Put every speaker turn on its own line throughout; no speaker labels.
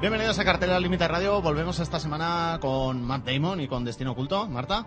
Bienvenidos a Cartelera Límite Radio. Volvemos esta semana con Matt Damon y con Destino Oculto. Marta,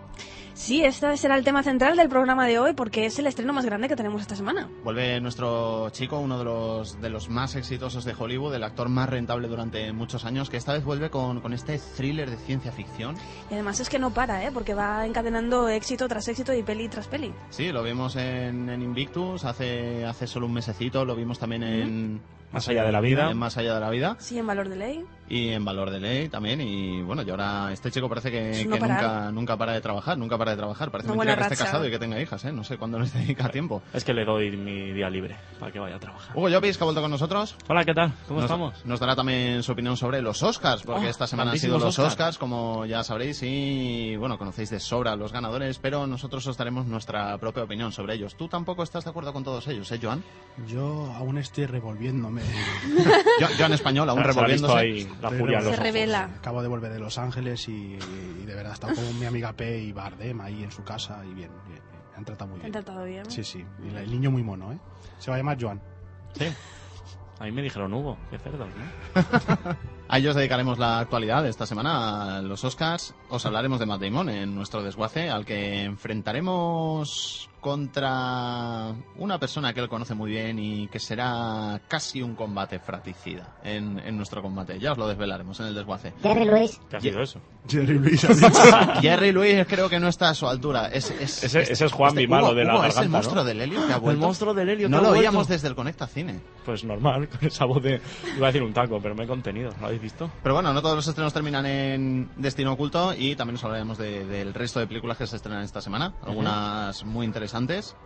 Sí, este será el tema central del programa de hoy porque es el estreno más grande que tenemos esta semana.
vuelve nuestro chico, uno de los, de los más exitosos de Hollywood, el actor más rentable durante muchos años, que esta vez vuelve con, con este thriller de ciencia ficción.
Y además es que no para, ¿eh? porque va encadenando éxito tras éxito y peli tras peli.
Sí, lo vimos en, en Invictus hace, hace solo un mesecito, lo vimos también en...
Más allá de la vida.
en Más allá de la vida.
Sí, en valor de ley.
Y en Valor de Ley también. Y bueno, y ahora este chico parece que,
Es no
que
parar.
nunca, nunca para de trabajar, nunca para de trabajar. Parece
Una
mentira que
buena
esté
racha.
casado y que tenga hijas, ¿eh? No sé cuándo les dedica tiempo.
Es que le doy mi día libre para que vaya a trabajar.
Hugo Llopis, que ha vuelto con nosotros.
Uh, Hola, ¿qué tal? ¿Cómo
nos,
estamos?
Nos dará también su opinión sobre los Oscars, porque
Oh,
esta semana han sido los
tantísimos
Oscars.
Oscar.
como ya sabréis, y bueno, conocéis de sobra los ganadores, pero nosotros os daremos nuestra propia opinión sobre ellos. Tú tampoco estás de acuerdo con todos ellos, ¿eh, Joan?
Yo aún estoy revolviéndome.
Jo- Joan Español, aún
Se ha visto
revolviéndose.
ahí la
Estoy
furia en los
revolviéndome.
Se
ojos.
revela.
Acabo de volver de Los Ángeles y, y de verdad está con mi amiga P y Bardem ahí en su casa y bien, bien, bien. me han tratado muy
Te han
bien.
tratado bien.
Sí, sí, Y el niño muy mono, ¿eh? Se va a llamar Joan.
Sí. A mí me dijeron Hugo, qué cerdo, ¿no?
A ellos dedicaremos la actualidad de esta semana, a los Oscars. Os hablaremos de Matt Damon en nuestro desguace, al que enfrentaremos contra una persona que él conoce muy bien y que será casi un combate fratricida en, en nuestro combate. Ya os lo desvelaremos en el desguace.
Jerry Lewis,
¿Qué ha sido eso?
Jerry Luis ha dicho.
Jerry Luis creo que no está a su altura. Es, es,
Ese- ese es Juan
este-
Vimalo
Hugo,
de la
Hugo,
garganta,
Es el
¿no?
monstruo del helio que ha
El
vuelto.
monstruo del helio.
no
que ha
lo
vuelto.
oíamos desde el Conecta Cine.
Pues normal, con esa voz de... Iba a decir un taco, pero me he contenido. ¿Lo habéis visto?
Pero bueno, no todos los estrenos terminan en Destino Oculto y también os hablaremos de- del resto de películas que se estrenan esta semana. Algunas muy interesantes.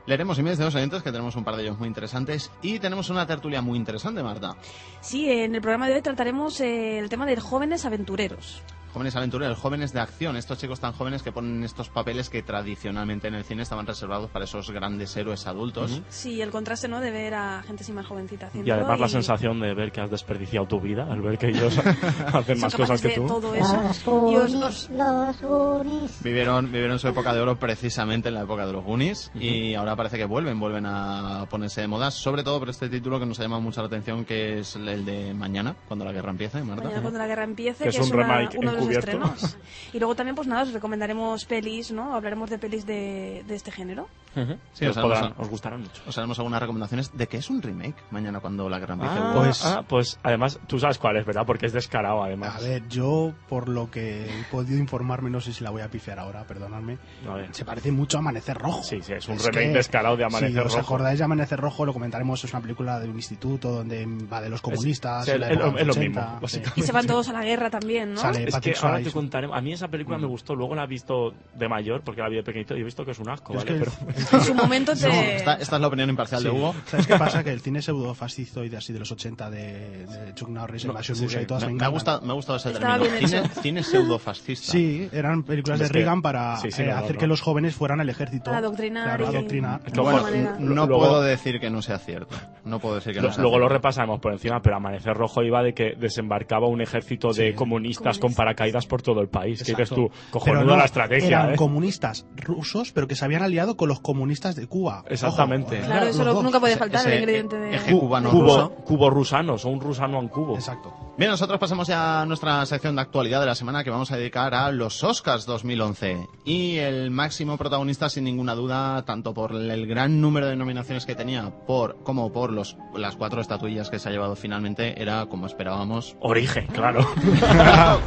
Leeremos emails de los oyentes, que tenemos un par de ellos muy interesantes. Y tenemos una tertulia muy interesante, Marta.
Sí, en el programa de hoy trataremos eh, el tema de jóvenes aventureros.
Jóvenes aventureros, jóvenes de acción. Estos chicos tan jóvenes que ponen estos papeles que tradicionalmente en el cine estaban reservados para esos grandes héroes adultos.
Sí, el contraste, ¿no? De ver a gente así más jovencita haciendo.
Y además la sensación de ver que has desperdiciado tu vida al ver que ellos hacen
son
más
capaces
cosas que
de
tú.
Todo eso. Y os-
los Goonies,
os-
los Goonies.
Vivieron, vivieron su época de oro precisamente en la época de los Goonies y ahora parece que vuelven, vuelven a ponerse de moda, sobre todo por este título que nos ha llamado mucho la atención, que es el de Mañana, cuando la guerra empiece, Marta.
Mañana cuando la guerra empiece,
Que
que,
es un
una-
remake
uno de los
encubierto.
estrenos. Y luego también, pues nada, os recomendaremos pelis, ¿no? Hablaremos de pelis de, de este género.
Ujú.
Sí,
os,
o sea,
podrán-
no-
os gustarán mucho.
Os haremos algunas recomendaciones de que es un remake, Mañana cuando la guerra empiece.
Ah,
pues-
ah, pues además tú sabes cuál es, ¿verdad? Porque es descarado además.
A ver, yo por lo que he podido informarme, no sé si la voy a pifiar ahora, perdonadme.
A ver.
Se parece mucho a Amanecer Rojo.
Sí, sí, es un remake descarado de Amanecer
si
Rojo.
os acordáis de Amanecer Rojo, lo comentaremos, es una película de un instituto donde va de los comunistas.
es
y la
el-
época de
es lo
los
mismo,
80,
básicamente.
Y se van todos a la guerra también, ¿no?
Sale
Es que
Eh, Patrick
ahora te
Swayze. Mm.
contaremos. A mí esa película me gustó, luego la he visto de mayor, porque la vi de pequeñito y he visto que es un asco,
Yo es
¿vale?
que-
Pero-
En su momento te...
No, esta, esta es la opinión imparcial de Hugo.
¿Sabes qué pasa? Que el cine pseudofascistoide así de los 80 de, de Chuck Norris,
No,
Invasion
sí,
Rusa
sí.
y todas
Me,
me,
me ha
encantan.
gustado, me ha gustado ese
Estaba
término.
bien
Cine,
hecho.
cine pseudofascista.
Sí, eran películas
Es
de
que-
Reagan para
sí, sí,
eh,
no,
hacer
no.
que los jóvenes fueran al ejército.
Para adoctrinar
Claro,
y-
adoctrinar.
de
Lo
alguna
Bueno,
bueno,
manera.
no
Luego-
puedo decir que no sea cierto. No puedo decir que no sea
Luego lo
cierto.
repasamos por encima, pero Amanecer Rojo iba de que desembarcaba un ejército de comunistas con
Comunistas.
paracaídas por todo el país. ¿Qué dices tú?
Exacto.
Cojonuda
Pero no,
la estrategia,
Eran
¿eh?
comunistas rusos, pero que se habían aliado con los comunistas de Cuba. Ojo,
Exactamente.
eran
Claro,
los
eso lo-
dos.
nunca puede faltar,
Ese-
el ingrediente de...
eje cubano
Cubo,
ruso.
cubo rusanos o un rusano en cubo.
Exacto.
Bien, nosotros pasamos ya a nuestra sección de actualidad de la semana que vamos a dedicar a los Oscars 2011. Y el máximo protagonista, sin ninguna duda, tanto por el gran número de nominaciones que tenía por, como por los, las cuatro estatuillas que se ha llevado finalmente, era, como esperábamos,
Origen,
Ah.
claro.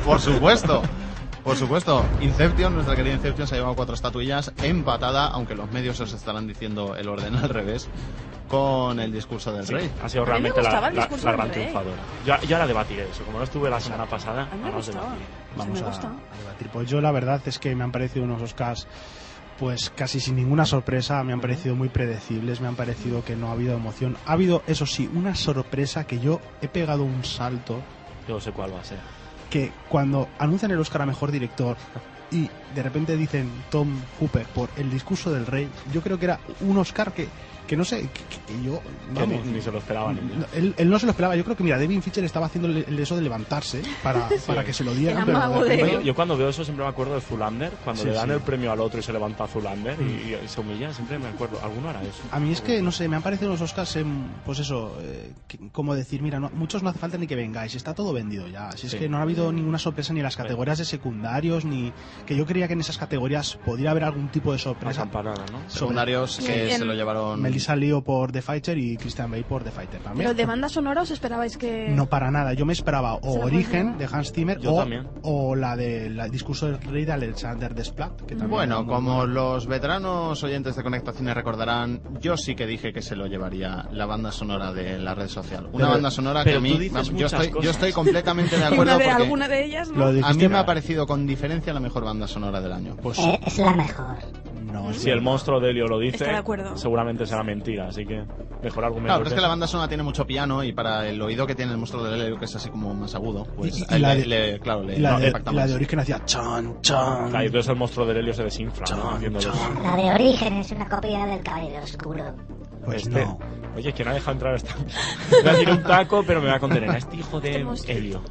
por supuesto. Por supuesto, Inception, nuestra querida Inception se ha llevado cuatro estatuillas empatada, aunque los medios os estarán diciendo el orden al revés, con el discurso del
Sí,
rey.
ha sido
A mí me
realmente
gustaba
la,
el
la-
discurso
la
del
gran
rey.
triunfadora. Yo, yo ahora debatiré eso. Como no estuve la semana pasada,
A mí me
ahora os
gustaba.
debatiré.
Sí,
vamos
me
a,
gusta.
a debatir. Pues yo la verdad es que me han parecido unos Oscars pues casi sin ninguna sorpresa, me han parecido muy predecibles, me han parecido que no ha habido emoción. Ha habido, eso sí, una sorpresa que yo he pegado un salto
Yo sé cuál va a ser.
que cuando anuncian el Oscar a Mejor Director y de repente dicen Tom Hooper por El discurso del rey, yo creo que era un Oscar que, que no sé, que, que yo...
Que ni,
Vamos,
ni se lo esperaban
no,
ellos.
él, él no se lo esperaba. Yo creo que, mira, David Fincher estaba haciendo el, el eso de levantarse para, para que se lo dieran.
Era
pero
mago de-
Yo, yo cuando veo eso siempre me acuerdo de Zulander, cuando
Sí,
le dan
sí.
el premio al otro y se levanta Zulander y, y se humilla, siempre me acuerdo. ¿Alguno hará eso?
A mí es que, no sé, me han parecido los Oscars, em, pues eso, eh, que- como decir, mira, no- muchos no hace falta ni que vengáis, está todo vendido ya. Si es
Sí.
que no ha habido ninguna sorpresa ni en las categorías de secundarios, ni que yo creía que en esas categorías podría haber algún tipo de
Una
sorpresa.
campanada, ¿no?
Secundarios
Sí,
que
en-
se lo llevaron.
Melissa Leo por The Fighter y Christian Bale por The Fighter
Pero
también.
de banda sonora os esperabais que...
No para nada, yo me esperaba
Se
o
la
Origen
ponía.
de Hans Zimmer
Yo
o,
también.
o la del discurso del rey de Alexander Desplat. Que también era
Bueno,
muy
como los veteranos oyentes de Conectaciones recordarán, yo sí que dije que se lo llevaría la banda sonora de la red social. Una
Pero-
banda sonora que
pero
a mí,
tú dices
vamos, yo,
muchas
estoy, yo
cosas.
estoy completamente de
Y
acuerdo
una de
porque
alguna de ellas,
Lo
¿no?
de-
a mí
Dijiste
me
nada.
ha parecido con diferencia la mejor banda sonora del año.
Pues
Eh, es la mejor.
no,
Si el monstruo de Helio lo dice,
Está de acuerdo.
seguramente será mentira, así que mejor argumento.
Claro, pero es
que-
que la banda sonora tiene mucho piano y para el oído que tiene el monstruo del Helio, que es así como más agudo, pues
Y- y
eh,
la
le-
de-
le- claro, le,
la,
no, le
de,
impacta
la
más.
de Origen hacía chan, chan.
Claro, y entonces el monstruo de Helio se desinfla, ¿no?
Chan,
Haciendo
chan.
eso.
La de origen es una copia del caballero oscuro.
Pues
Este-
no.
Oye, ¿quién ha dejado entrar a esta? Me va a decir un taco, pero me va a contener a este hijo
Este
de
monstruo.
Helio.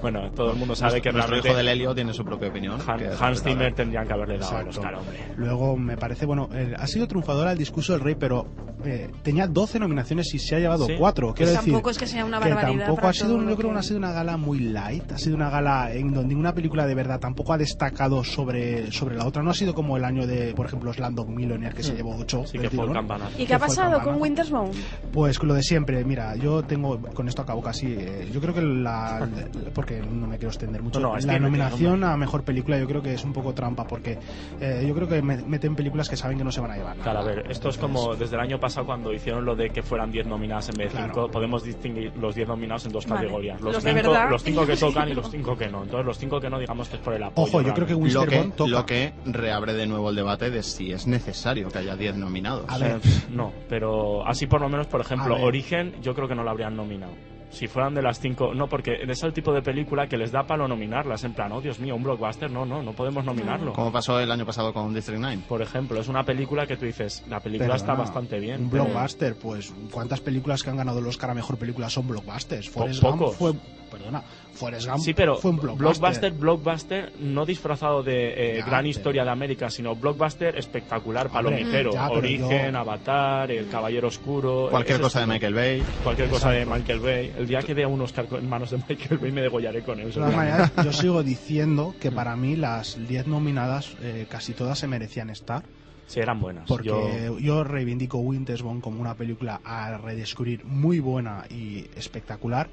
Bueno, todo el mundo sabe que
Nuestro
realmente
hijo del Helio tiene su propia opinión.
Han-
que es
Hans
respetable.
Zimmer tendrían que haberle dado el
Exacto.
Oscar, hombre.
Luego me parece, bueno, eh, ha sido triunfadora el discurso del rey, pero eh, tenía 12 nominaciones y se ha llevado
Sí.
4. Quiero
Pues
decir,
tampoco es que sea una
que
barbaridad.
tampoco
para
ha sido,
todo
un-
lo
yo creo,
que-
una, ha sido una gala muy light. Ha sido una gala en donde una película de verdad tampoco ha destacado sobre, sobre la otra. No ha sido como el año de, por ejemplo, Slandog Millionaire, que se llevó 8.
Mm. Sí que fue el campanazo.
¿Y
que
qué ha
fue
pasado
campana.
con Winter's Bone?
Pues lo de siempre, mira, yo tengo, con esto acabo casi, eh, yo creo que la, porque no me quiero extender mucho,
No, no,
la
extiéndete,
nominación a Mejor Película yo creo que es un poco trampa, porque eh, yo creo que me- meten películas que saben que no se van a llevar. nada.
Claro, a ver, esto es como desde el año pasado cuando hicieron lo de que fueran 10 nominadas en vez de
Claro.
5, podemos distinguir los 10 nominados en dos
Vale.
categorías.
Los de
cinco,
verdad.
los cinco que tocan y los 5 que no. Entonces los 5 que no digamos que es por el apoyo.
Ojo, yo creo que
realmente.
Lo
Winston
que,
Bond toca.
lo que reabre de nuevo el debate de si es necesario que haya 10 nominados.
A ver,
Eh, No, pero así por lo menos, por ejemplo,
¿eh? A ver.
Origen yo creo que no la habrían nominado. Si fueran de las 5, no, porque es el tipo de película que les da palo nominarlas, en plan, oh Dios mío, un blockbuster, no, no, no podemos nominarlo.
Como pasó el año pasado con District 9.
Por ejemplo, es una película que tú dices, la película
Pero
está
no,
bastante bien. ¿eh?
Un
pero-
blockbuster, pues, ¿cuántas películas que han ganado el Oscar a Mejor Película son blockbusters? Forrest Gump
pocos.
fue, perdona, Forrest Gump
Sí, pero
fue un
blockbuster, blockbuster, no disfrazado de eh,
Ya,
gran
pero-
historia de América, sino blockbuster espectacular,
Hombre,
palomitero,
ya, pero
origen,
yo-
Avatar, El Caballero Oscuro,
Cualquier
ese
cosa de
estilo.
Michael Bay.
cualquier cosa de Michael Bay. El día que dé un Oscar en manos de Michael Bay me degollaré con él.
De todas
seguramente.
maneras, yo sigo diciendo que para mí las 10 nominadas eh, casi todas se merecían estar.
Sí, eran buenas.
Porque
Yo-
yo, reivindico Winter's Bone como una película a redescubrir muy buena y espectacular.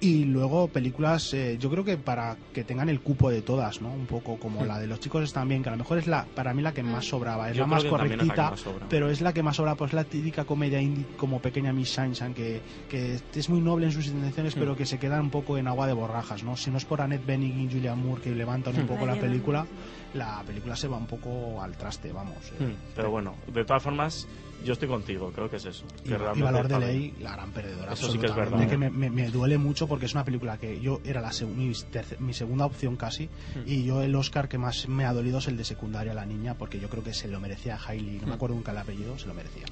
Y luego películas, eh, yo creo que para que tengan el cupo de todas, ¿no? Un poco como la de los chicos están bien, que a lo mejor es la para mí la que más sobraba, es
Hmm. Yo
la
creo
más
que también es la que
correctita,
más sobra.
pero es la que más sobra, pues la típica comedia indie como Pequeña Miss Sunshine, que, que es muy noble en sus intenciones,
Hmm.
pero que se queda un poco en agua de borrajas, ¿no? Si no es por Annette Bening y Julia Moore que levantan
Hmm.
un poco la
Ay, Dios.
película, la película se va un poco al traste, vamos. eh.
Hmm, pero bueno, de todas formas, yo estoy contigo, creo que es eso.
Y,
que
y
realmente
Valor de
está bien.
Ley, la gran perdedora.
Eso sí que es
absolutamente,
verdad,
que
¿eh?
me, me- me duele mucho porque es una película que yo era la seg- mi, terce- mi segunda opción casi.
Mm.
Y yo el Oscar que más me ha dolido es el de secundaria a la niña porque yo creo que se lo merecía Hailey.
Mm.
No me acuerdo nunca el apellido, se lo merecía.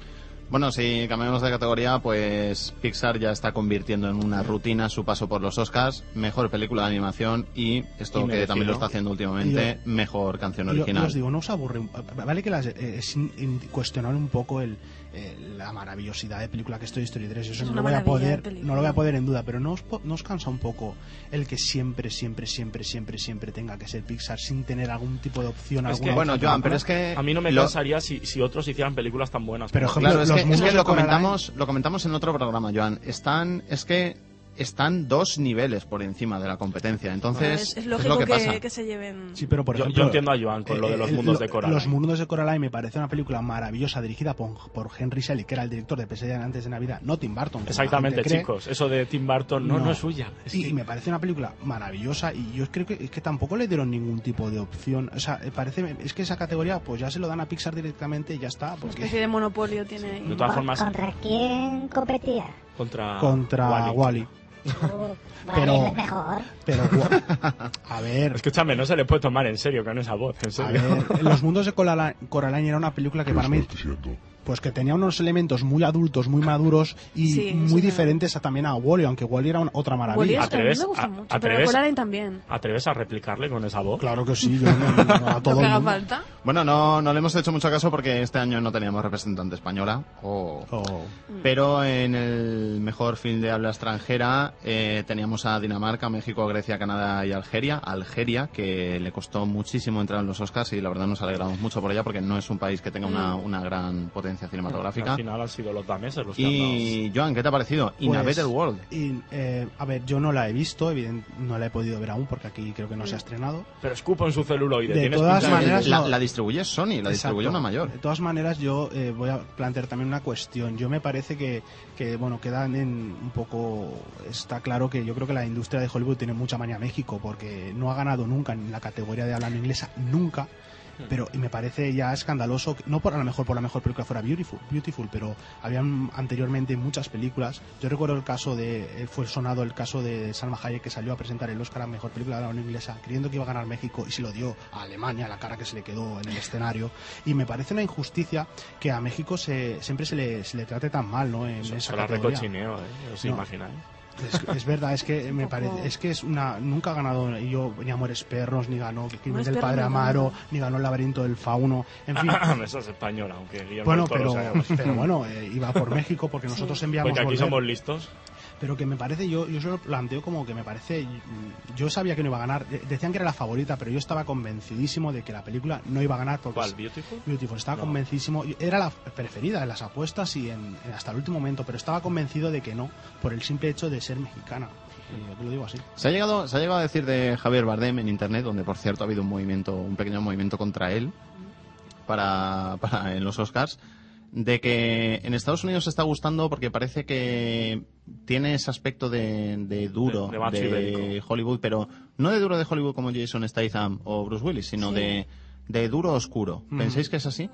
Bueno, si cambiamos de categoría, pues Pixar ya está convirtiendo en una rutina su paso por los Oscars, mejor película de animación y esto
Y
que
merecido.
también lo está haciendo últimamente, mejor canción
Yo- Yo,
original.
os digo, no os aburre. un- Vale que las- eh, es in- in- cuestionar un poco el, eh, la maravillosidad de película que estoy Story 3. Eso
Es
no
una
lo, voy a
maravilla de
poder,
película.
no lo voy a poder en duda, pero ¿no os, po- no os cansa un poco el que siempre, siempre, siempre, siempre, siempre tenga que ser Pixar sin tener algún tipo de opción?
Es que-
alguna
bueno,
otra
Joan,
película?
pero es que...
A mí no me
lo-
cansaría si, si otros hicieran películas tan buenas.
Pero,
como-
ejemplo,
Claro, es
Los
que, es
mundos
que
de
lo
Coraline.
comentamos, lo comentamos en otro programa, Joan. Están, es que están dos niveles por encima de la competencia. Entonces,
Es, es
es
lógico
lo que,
que,
pasa.
que se lleven...
Sí, pero por
Yo- yo
ejemplo, eh,
entiendo a Joan con lo de los mundos de Coraline.
Los mundos de Coraline me parece una película maravillosa dirigida por, por Henry Selick, que era el director de Pesadilla en antes de Navidad, no Tim Burton. como la
Exactamente,
gente cree.
chicos. Eso de Tim Burton no, no, es suya. Es
Y,
que-
y me parece una película maravillosa y yo creo que, es que tampoco le dieron ningún tipo de opción. O sea, eh, parece, es que esa categoría pues ya se lo dan a Pixar directamente y ya está.
Una
Porque
especie de monopolio tiene ahí.
De todas formas,
¿Contra quién competía?
contra,
contra
Ah, Wall-E.
Wally.
Uh,
Pero-
Pero... es mejor.
Pero, guau, a ver,
Escúchame, no se le puede tomar en serio con esa voz, en
a
serio.
ver, Los Mundos de Corala- Coraline era una película que para mí,
diciendo?
pues que tenía unos elementos muy adultos, muy maduros y
Sí, sí,
muy diferentes a- también a Wally, aunque Wally era una- otra
Wall-E
maravilla.
es que a mí
¿Atreves?
me gusta
¿A-
mucho, pero
atreves?
Coraline también.
¿Atreves a replicarle con esa voz?
Claro que sí, yo no- no- a todo
Lo
el
que haga
mundo.
falta.
Bueno, no, no le hemos hecho mucho caso porque este año no teníamos representante española. o
Oh.
Pero en el mejor film de habla extranjera eh, teníamos a Dinamarca, México, Grecia, Canadá y Algeria. Algeria, que le costó muchísimo entrar en los Oscars y la verdad nos alegramos mucho por ella porque no es un país que tenga una,
Mm.
una gran potencia cinematográfica.
Al final han sido los daneses los que han
Y Joan, ¿qué te ha parecido? In a
Pues,
Better World.
Y, eh, a ver, yo no la he visto, evident- no la he podido ver aún porque aquí creo que
Mm.
no se ha estrenado.
dado. Pero escupo en su celuloide.
De
tienes
todas
pinta de-
maneras,
la,
no.
la distribuye Sony, la distribuye
Exacto.
una mayor.
De todas maneras, yo eh, voy a plantear también una cuestión. Yo me parece que, que, bueno, quedan en un poco. Está claro que yo creo que la industria de Hollywood tiene mucha manía a México porque no ha ganado nunca en la categoría de habla no inglesa, nunca. Pero y me parece ya escandaloso, que- no por a lo mejor por la mejor película fuera Beautiful, Beautiful pero habían anteriormente muchas películas. Yo recuerdo el caso de, eh, fue sonado el caso de Salma Hayek que salió a presentar el Oscar a Mejor Película de la Unión Inglesa, creyendo que iba a ganar México y se lo dio a Alemania, la cara que se le quedó en el escenario. Y me parece una injusticia que a México se, siempre se le, se le trate tan mal, ¿no? En
Eso,
esa
eso era
categoría.
recochineo, ¿eh? Os
No.
imagináis.
Es, es verdad, es que me
Un poco-
parece, es que es una, nunca ha ganado y yo ni Amores Perros, ni ganó El Crimen
Amores
del
Perros
Padre
no ganó.
Amaro, ni ganó El Laberinto del Fauno, en fin.
Eso es española, aunque Guillermo
bueno,
del Toro
pero,
sea-
pero bueno, eh, iba por México porque nosotros enviamos
Porque Pues aquí
volver,
somos listos.
pero que me parece, yo, yo se lo planteo como que me parece, mm, yo sabía que no iba a ganar, de- decían que era la favorita, pero yo estaba convencidísimo de que la película no iba a ganar porque
¿Cuál?
es-
¿Beautiful?
Beautiful, estaba
No.
convencidísimo. Era la preferida en las apuestas y en, en hasta el último momento, pero estaba convencido de que no, por el simple hecho de ser mexicana. Y yo te lo digo así.
Se ha llegado, se ha llegado a decir de Javier Bardem en internet, donde por cierto ha habido un movimiento, un pequeño movimiento contra él para, para en los Oscars, de que en Estados Unidos se está gustando porque parece que tiene ese aspecto de, de duro
De- de macho ibérico.
Hollywood, pero no de duro de Hollywood como Jason Statham o Bruce Willis, sino
Sí.
de, de duro oscuro. ¿Pensáis que es así?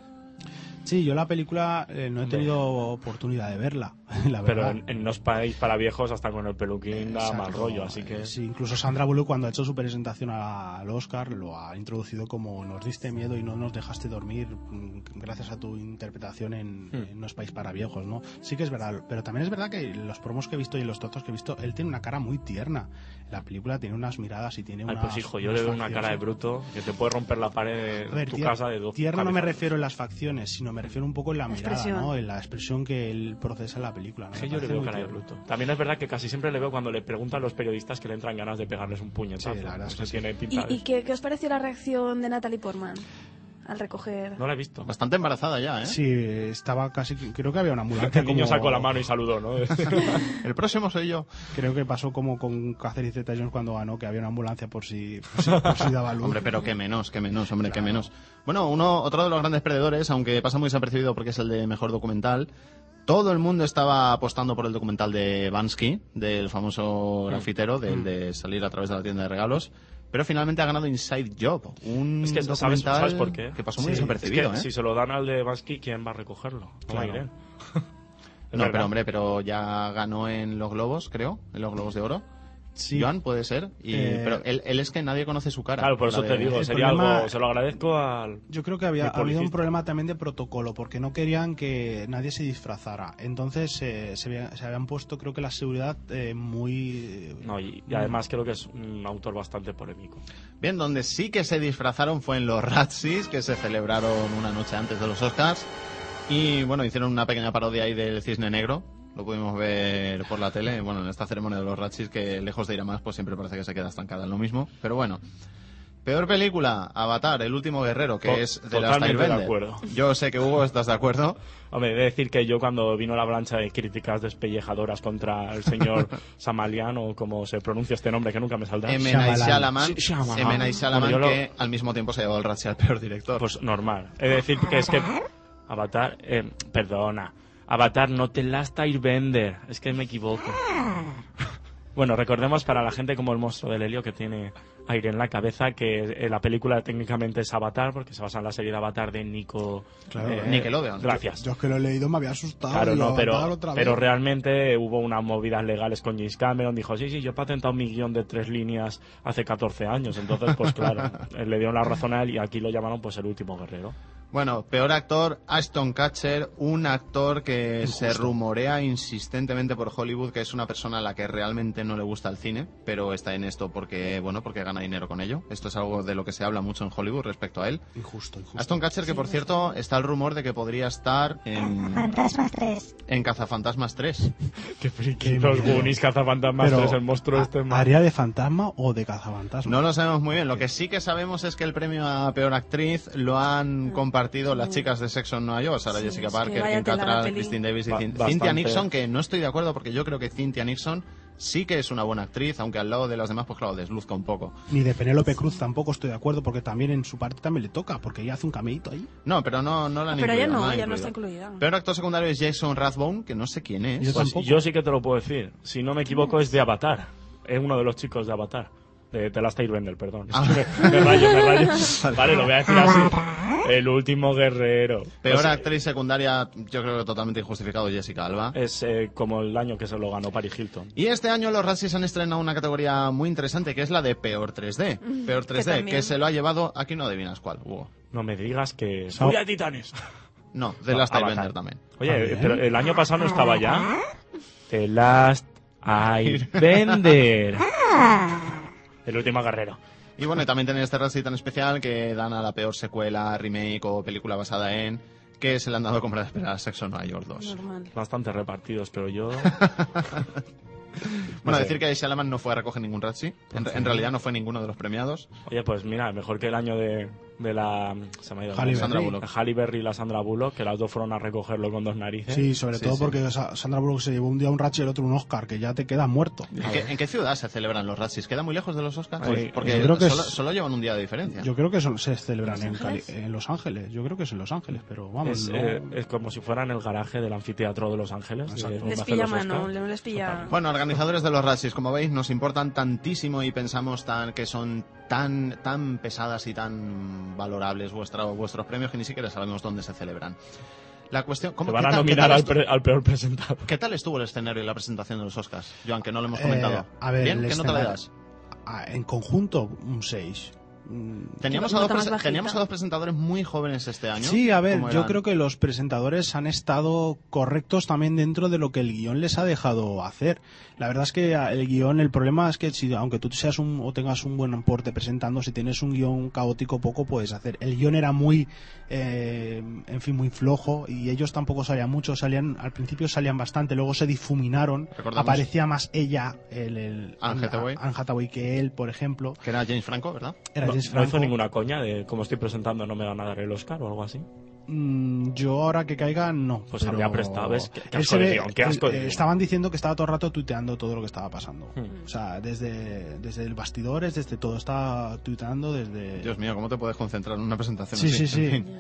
Sí, yo la película eh, no he tenido oportunidad de verla, la
Pero
verdad.
en, en los país para viejos hasta con el peluquín da
Exacto. Eh,
mal rollo, así que...
Sí, incluso Sandra Bullock cuando ha hecho su presentación a- al Oscar lo ha introducido como nos diste miedo y no nos dejaste dormir mm, gracias a tu interpretación en,
Hmm.
en No es país para viejos, ¿no? Sí que es verdad, pero también es verdad que los promos que he visto y los tratos que he visto, él tiene una cara muy tierna. La película tiene unas miradas y tiene
Ay,
unas...
pues hijo, yo
unas
le veo una
facciones.
cara de bruto que te puede romper la pared
A
de
ver,
tu
tier-
casa de dos
tierno no me
cabezas.
refiero en las facciones, sino me refiero un poco en la,
La
mirada,
expresión.
¿no? En la expresión que él procesa en la película. ¿no?
Es
Me
que yo le
parece
veo
muy
cara de
tierno.
bruto. También es verdad que casi siempre le veo cuando le preguntan a los periodistas que le entran ganas de pegarles un puñetazo.
Sí, la verdad es
Porque
que sí.
tiene
¿Y,
pinta de
y
eso.
qué, qué os pareció la reacción de Natalie Portman al recoger?
No la he visto.
Bastante embarazada ya, ¿eh?
Sí, estaba casi... Creo que había una ambulancia
El niño
como-
sacó la mano y saludó, ¿no?
El próximo soy yo.
Creo que pasó como con Cáceres Zeta Jones cuando ganó, que había una ambulancia por si, por si, por si daba luz.
Hombre, pero qué menos, qué menos, hombre, qué menos. Bueno, uno, otro de los grandes perdedores, aunque pasa muy desapercibido porque es el de mejor documental. Todo el mundo estaba apostando por el documental de Bansky, del famoso
Mm.
grafitero, del de salir a través de la tienda de regalos. Pero finalmente ha ganado Inside Job, un
Es que ¿sabes-
documental
sabes por qué?
que pasó muy
Sí.
Es
desapercibido,
que
¿eh?
si se lo dan al de Bansky, ¿quién va a recogerlo? No
Claro.
iré. Es
no,
verdad.
pero hombre, pero ya ganó en los Globos, creo, en los Globos de Oro.
Sí.
Joan, puede ser. Y,
Eh,
Pero él, él es que nadie conoce su cara.
Claro, por
La
eso
de-
te digo,
el
sería
problema-
algo... Se lo agradezco al...
Yo creo que había
Muy
ha habido un
publicista.
problema también de protocolo, porque no querían que nadie se disfrazara. Entonces eh, se, había- se habían puesto, creo que la seguridad eh, muy...
No, y,
Mm.
y además creo que es un autor bastante polémico.
Bien, donde sí que se disfrazaron fue en los Razzies, que se celebraron una noche antes de los Oscars. Y bueno, hicieron una pequeña parodia ahí del Cisne Negro. Lo pudimos ver por la tele, bueno, en esta ceremonia de los Razzies, que lejos de ir a más, pues siempre parece que se queda estancada en lo mismo. Pero bueno. Peor película, Avatar, El Último Guerrero, que
To-
es de la
totalmente de
Stylebender.
acuerdo.
Yo sé que Hugo, ¿estás de acuerdo?
Hombre, he de decir que yo cuando vino la avalancha de críticas despellejadoras contra el señor Samalian o como se pronuncia este nombre que nunca me saldrá.
M. Night Shyamalan,
Sí, Shyamalan.
M. Night Shyamalan,
Bueno, yo lo-
que al mismo tiempo se llevó el Razzie al peor director.
Pues normal. He de decir que es que Avatar, eh, perdona. Avatar no te lasta ir vender. Es que me equivoco. Bueno, recordemos para la gente como el monstruo del helio que tiene aire en la cabeza que eh, la película técnicamente es Avatar porque se basa en la serie de Avatar de Nico eh,
Claro,
Nickelodeon.
Gracias.
Yo es que lo he leído, me había asustado.
Claro,
digo,
no, pero,
"Avatar otra
pero
vez".
realmente hubo unas movidas legales con James Cameron. Dijo, sí, sí, yo he patentado mi guión de tres líneas hace 14 años. Entonces, pues claro, eh, le dieron la razón a él y aquí lo llamaron pues el último guerrero.
Bueno, peor actor, Ashton Kutcher, un actor que se rumorea insistentemente por Hollywood que es una persona a la que realmente no le gusta el cine, pero está en esto porque, bueno, porque gana dinero con ello. Esto es algo de lo que se habla mucho en Hollywood respecto a él.
Injusto, injusto.
Ashton Kutcher, que por cierto, está el rumor de que podría estar en,
Fantasmas 3.
en Cazafantasmas 3.
Qué friki.
Qué
Los
miedo.
Goonies, Cazafantasmas,
Pero,
tres, el monstruo
¿ha-
este. man.
¿Haría de fantasma o de cazafantasma?
No lo sabemos muy bien. Lo que sí que sabemos es que el premio a peor actriz lo han compartido las chicas de Sexo en Nueva York, Sara
Ah. Mm. Sí,
Jessica
es que
Parker,
vaya
Kim
tela la
Cattrall,
peli.
Christine Davis y
Ba-
Cyn-
bastante.
Cynthia Nixon, que no estoy de acuerdo porque yo creo que Cynthia Nixon sí que es una buena actriz, aunque al lado de las demás, pues claro, desluzca un poco.
Ni de Penélope Cruz tampoco estoy de acuerdo, porque también en su parte también le toca, porque ella hace un cameíto ahí.
No, pero no, no la han
Ah, Pero ella
incluido,
no,
la han
ella no está
incluido.
incluida.
Peor actor secundario es Jason Rathbone, que no sé quién es.
Yo
Pues
tampoco.
yo sí que te lo puedo decir. Si no me equivoco, es de Avatar. Es uno de los chicos de Avatar. De The Last Airbender, perdón. Es
Ah.
que me, me rayo, me rayo. Vale, lo voy a decir así. El último guerrero.
Peor
O sea,
actriz secundaria, yo creo que totalmente injustificado, Jessica Alba.
es eh, como el año que se lo ganó Paris Hilton.
Y este año los Razzies han estrenado una categoría muy interesante, que es la de peor 3D. Peor 3D, que,
también.
se lo ha llevado, aquí no adivinas cuál, Hugo.
No me digas que...
Sao-
¡Huya de Titanes!
No, de
No,
Last
Avatar.
Airbender también.
Oye,
También.
pero el año pasado no estaba ya. The Last Airbender. El último guerrero.
Y bueno, y también tienen este Razzie tan especial que dan a la peor secuela, remake o película basada en que se le han dado comprar espera a Sexo en Nueva York 2.
Normal.
Bastante repartidos, pero yo...
Bueno,
sé.
decir que Shalaman no fue a recoger ningún Razzie,
Pues
en, en realidad no fue ninguno de los premiados.
Oye, pues mira, mejor que el año de, de la... Se me ha ido.
Halle Berry.
Sandra Bullock.
La Halle Berry y la Sandra Bullock, que las dos fueron a recogerlo con dos narices.
Sí, sobre
¿eh? Sí,
todo
sí.
porque Sa- Sandra Bullock se llevó un día un Ratchet y el otro un Oscar, que ya te quedas muerto.
¿En qué, en qué ciudad se celebran los Razzies? ¿Queda muy lejos de los Oscars?
Pues,
Porque
yo creo que
solo,
es-
solo llevan un día de diferencia.
Yo creo que son, se celebran
¿Los
en, Cali-
Ángeles?
en Los Ángeles. Yo creo que es en Los Ángeles, pero vamos.
Es,
no-
eh, es como si fuera en el garaje del anfiteatro de Los Ángeles.
Exacto.
de donde
Les
hacen
pilla
los
mano,
Oscars.
le- les pilla...
Bueno, organizadores de los Razzies, como veis, nos importan tantísimo y pensamos tan, que son tan, tan pesadas y tan valorables vuestra- vuestros premios que ni siquiera sabemos dónde se celebran. La cuestión, ¿cómo,
Te van
qué
a
tal- qué tal
nominar al,
estu-
pre- al peor presentado.
¿Qué tal estuvo el escenario y la presentación de los Oscars, Joan, que no lo hemos
Eh,
comentado?
a ver,
¿Bien?
el
¿Qué nota le
escenario-
das?
Ah, en conjunto, un Mm, 6.
Teníamos a,
Nota
dos
más
presen-
bajita.
teníamos a dos presentadores muy jóvenes este año.
Sí, a ver,
¿Cómo
yo
eran?
creo que los presentadores han estado correctos también dentro de lo que el guión les ha dejado hacer. La verdad es que ah, el guión, el problema es que si, aunque tú seas un, o tengas un buen aporte presentando, si tienes un guión caótico, poco puedes hacer. El guión era muy, eh, en fin, muy flojo y ellos tampoco salían mucho, salían, al principio salían bastante, luego se difuminaron,
Recordamos-
aparecía más ella, el, el
Anne Hathaway.
Anne Hathaway que él, por ejemplo.
Que era James Franco, ¿verdad?
Era
No,
James
no hizo
Franco.
ninguna coña de como estoy presentando no me van a dar el Oscar o algo así.
Mm, Yo ahora que caiga, no.
Pues
pero-
habría prestado, ¿ves? Qué- qué
Él
asco
se
de
ve-
guión, qué asco de
eh,
guión.
Estaban diciendo que estaba todo el rato tuiteando todo lo que estaba pasando.
Hmm.
O sea, desde, desde el bastidores, desde todo, estaba tuiteando desde...
Dios mío, ¿cómo te puedes concentrar en una presentación
Sí,
así?
sí, sí.
En fin.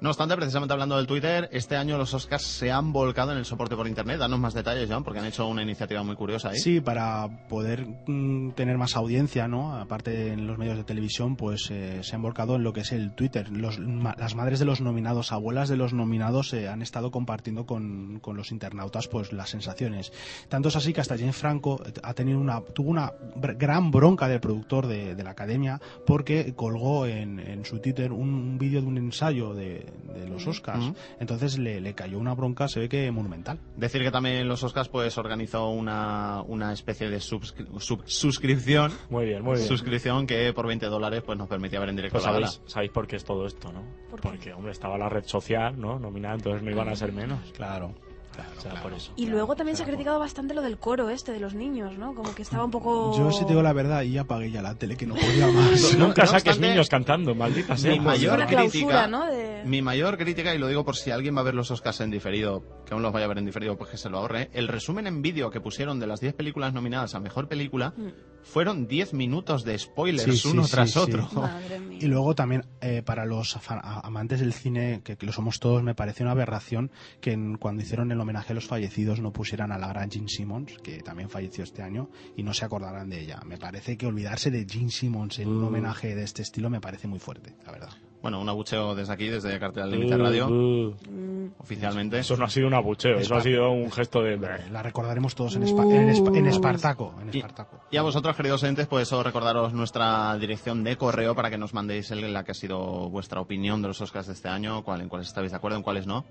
No obstante, precisamente hablando del Twitter, este año los Oscars se han volcado en el soporte por Internet. Danos más detalles, Joan, porque han hecho una iniciativa muy curiosa ahí.
Sí, para poder mm, tener más audiencia, ¿no? Aparte en los medios de televisión, pues eh, se han volcado en lo que es el Twitter. Los, ma- las madres de los nominados, abuelas de los nominados, eh, han estado compartiendo con, con los internautas, pues las sensaciones. Tanto es así que hasta Jane Franco eh, ha tenido una, tuvo una br- gran bronca del productor de, de la academia porque colgó en, en su Twitter un, un vídeo de un ensayo de, de los Oscars.
Ujú.
Entonces le, le cayó una bronca, se ve que monumental.
Decir que también los Oscars pues organizó una, una especie de subscri- sub- suscripción,
Muy bien, muy bien.
suscripción que por 20 dólares pues nos permitía ver en directo
Pues
la
sabéis, sabéis por qué es todo esto, ¿no?
¿Por qué?
Porque, hombre, estaba la red social, ¿no? Nominada, entonces no iban a ser menos.
Claro.
o sea, por eso.
Y luego también se ha criticado bastante lo del coro este de los niños, ¿no? Como que estaba un poco...
Yo si te digo la verdad, y apagué ya la tele que no podía más.
No,
Nunca
no
saques
obstante,
niños cantando, maldita sea.
mi mayor-
Fue una
crítica-
clausura, ¿no? De...
gala. Mi mayor crítica, y lo digo por si alguien va a ver los Oscars en diferido, que aún los vaya a ver en diferido, pues que se lo ahorre. El resumen en vídeo que pusieron de las 10 películas nominadas a Mejor Película
Mm.
fueron 10 minutos de spoilers
Sí, sí,
uno
sí,
tras
sí.
otro.
Madre mía.
Y luego también eh, para los afan- a- amantes del cine, que, que lo somos todos, me pareció una aberración que en- cuando hicieron el homenaje a los fallecidos no pusieran a la gran Jean Simmons, que también falleció este año, y no se acordarán de ella. Me parece que olvidarse de Jean Simmons en un
Mm.
homenaje de este estilo me parece muy fuerte, la verdad.
Bueno, un abucheo desde aquí, desde Cartel Límite Radio,
Uh, uh.
Mm.
oficialmente.
Eso no ha sido un abucheo, eso ha sido un gesto de...
La recordaremos todos en, Espa- en, Espa- en Espartaco. En
Y-
Espartaco.
Y a vosotros, queridos oyentes, pues os recordaros nuestra dirección de correo para que nos mandéis el- la que ha sido vuestra opinión de los Oscars de este año, cuál, en cuáles estáis de acuerdo, en cuáles no.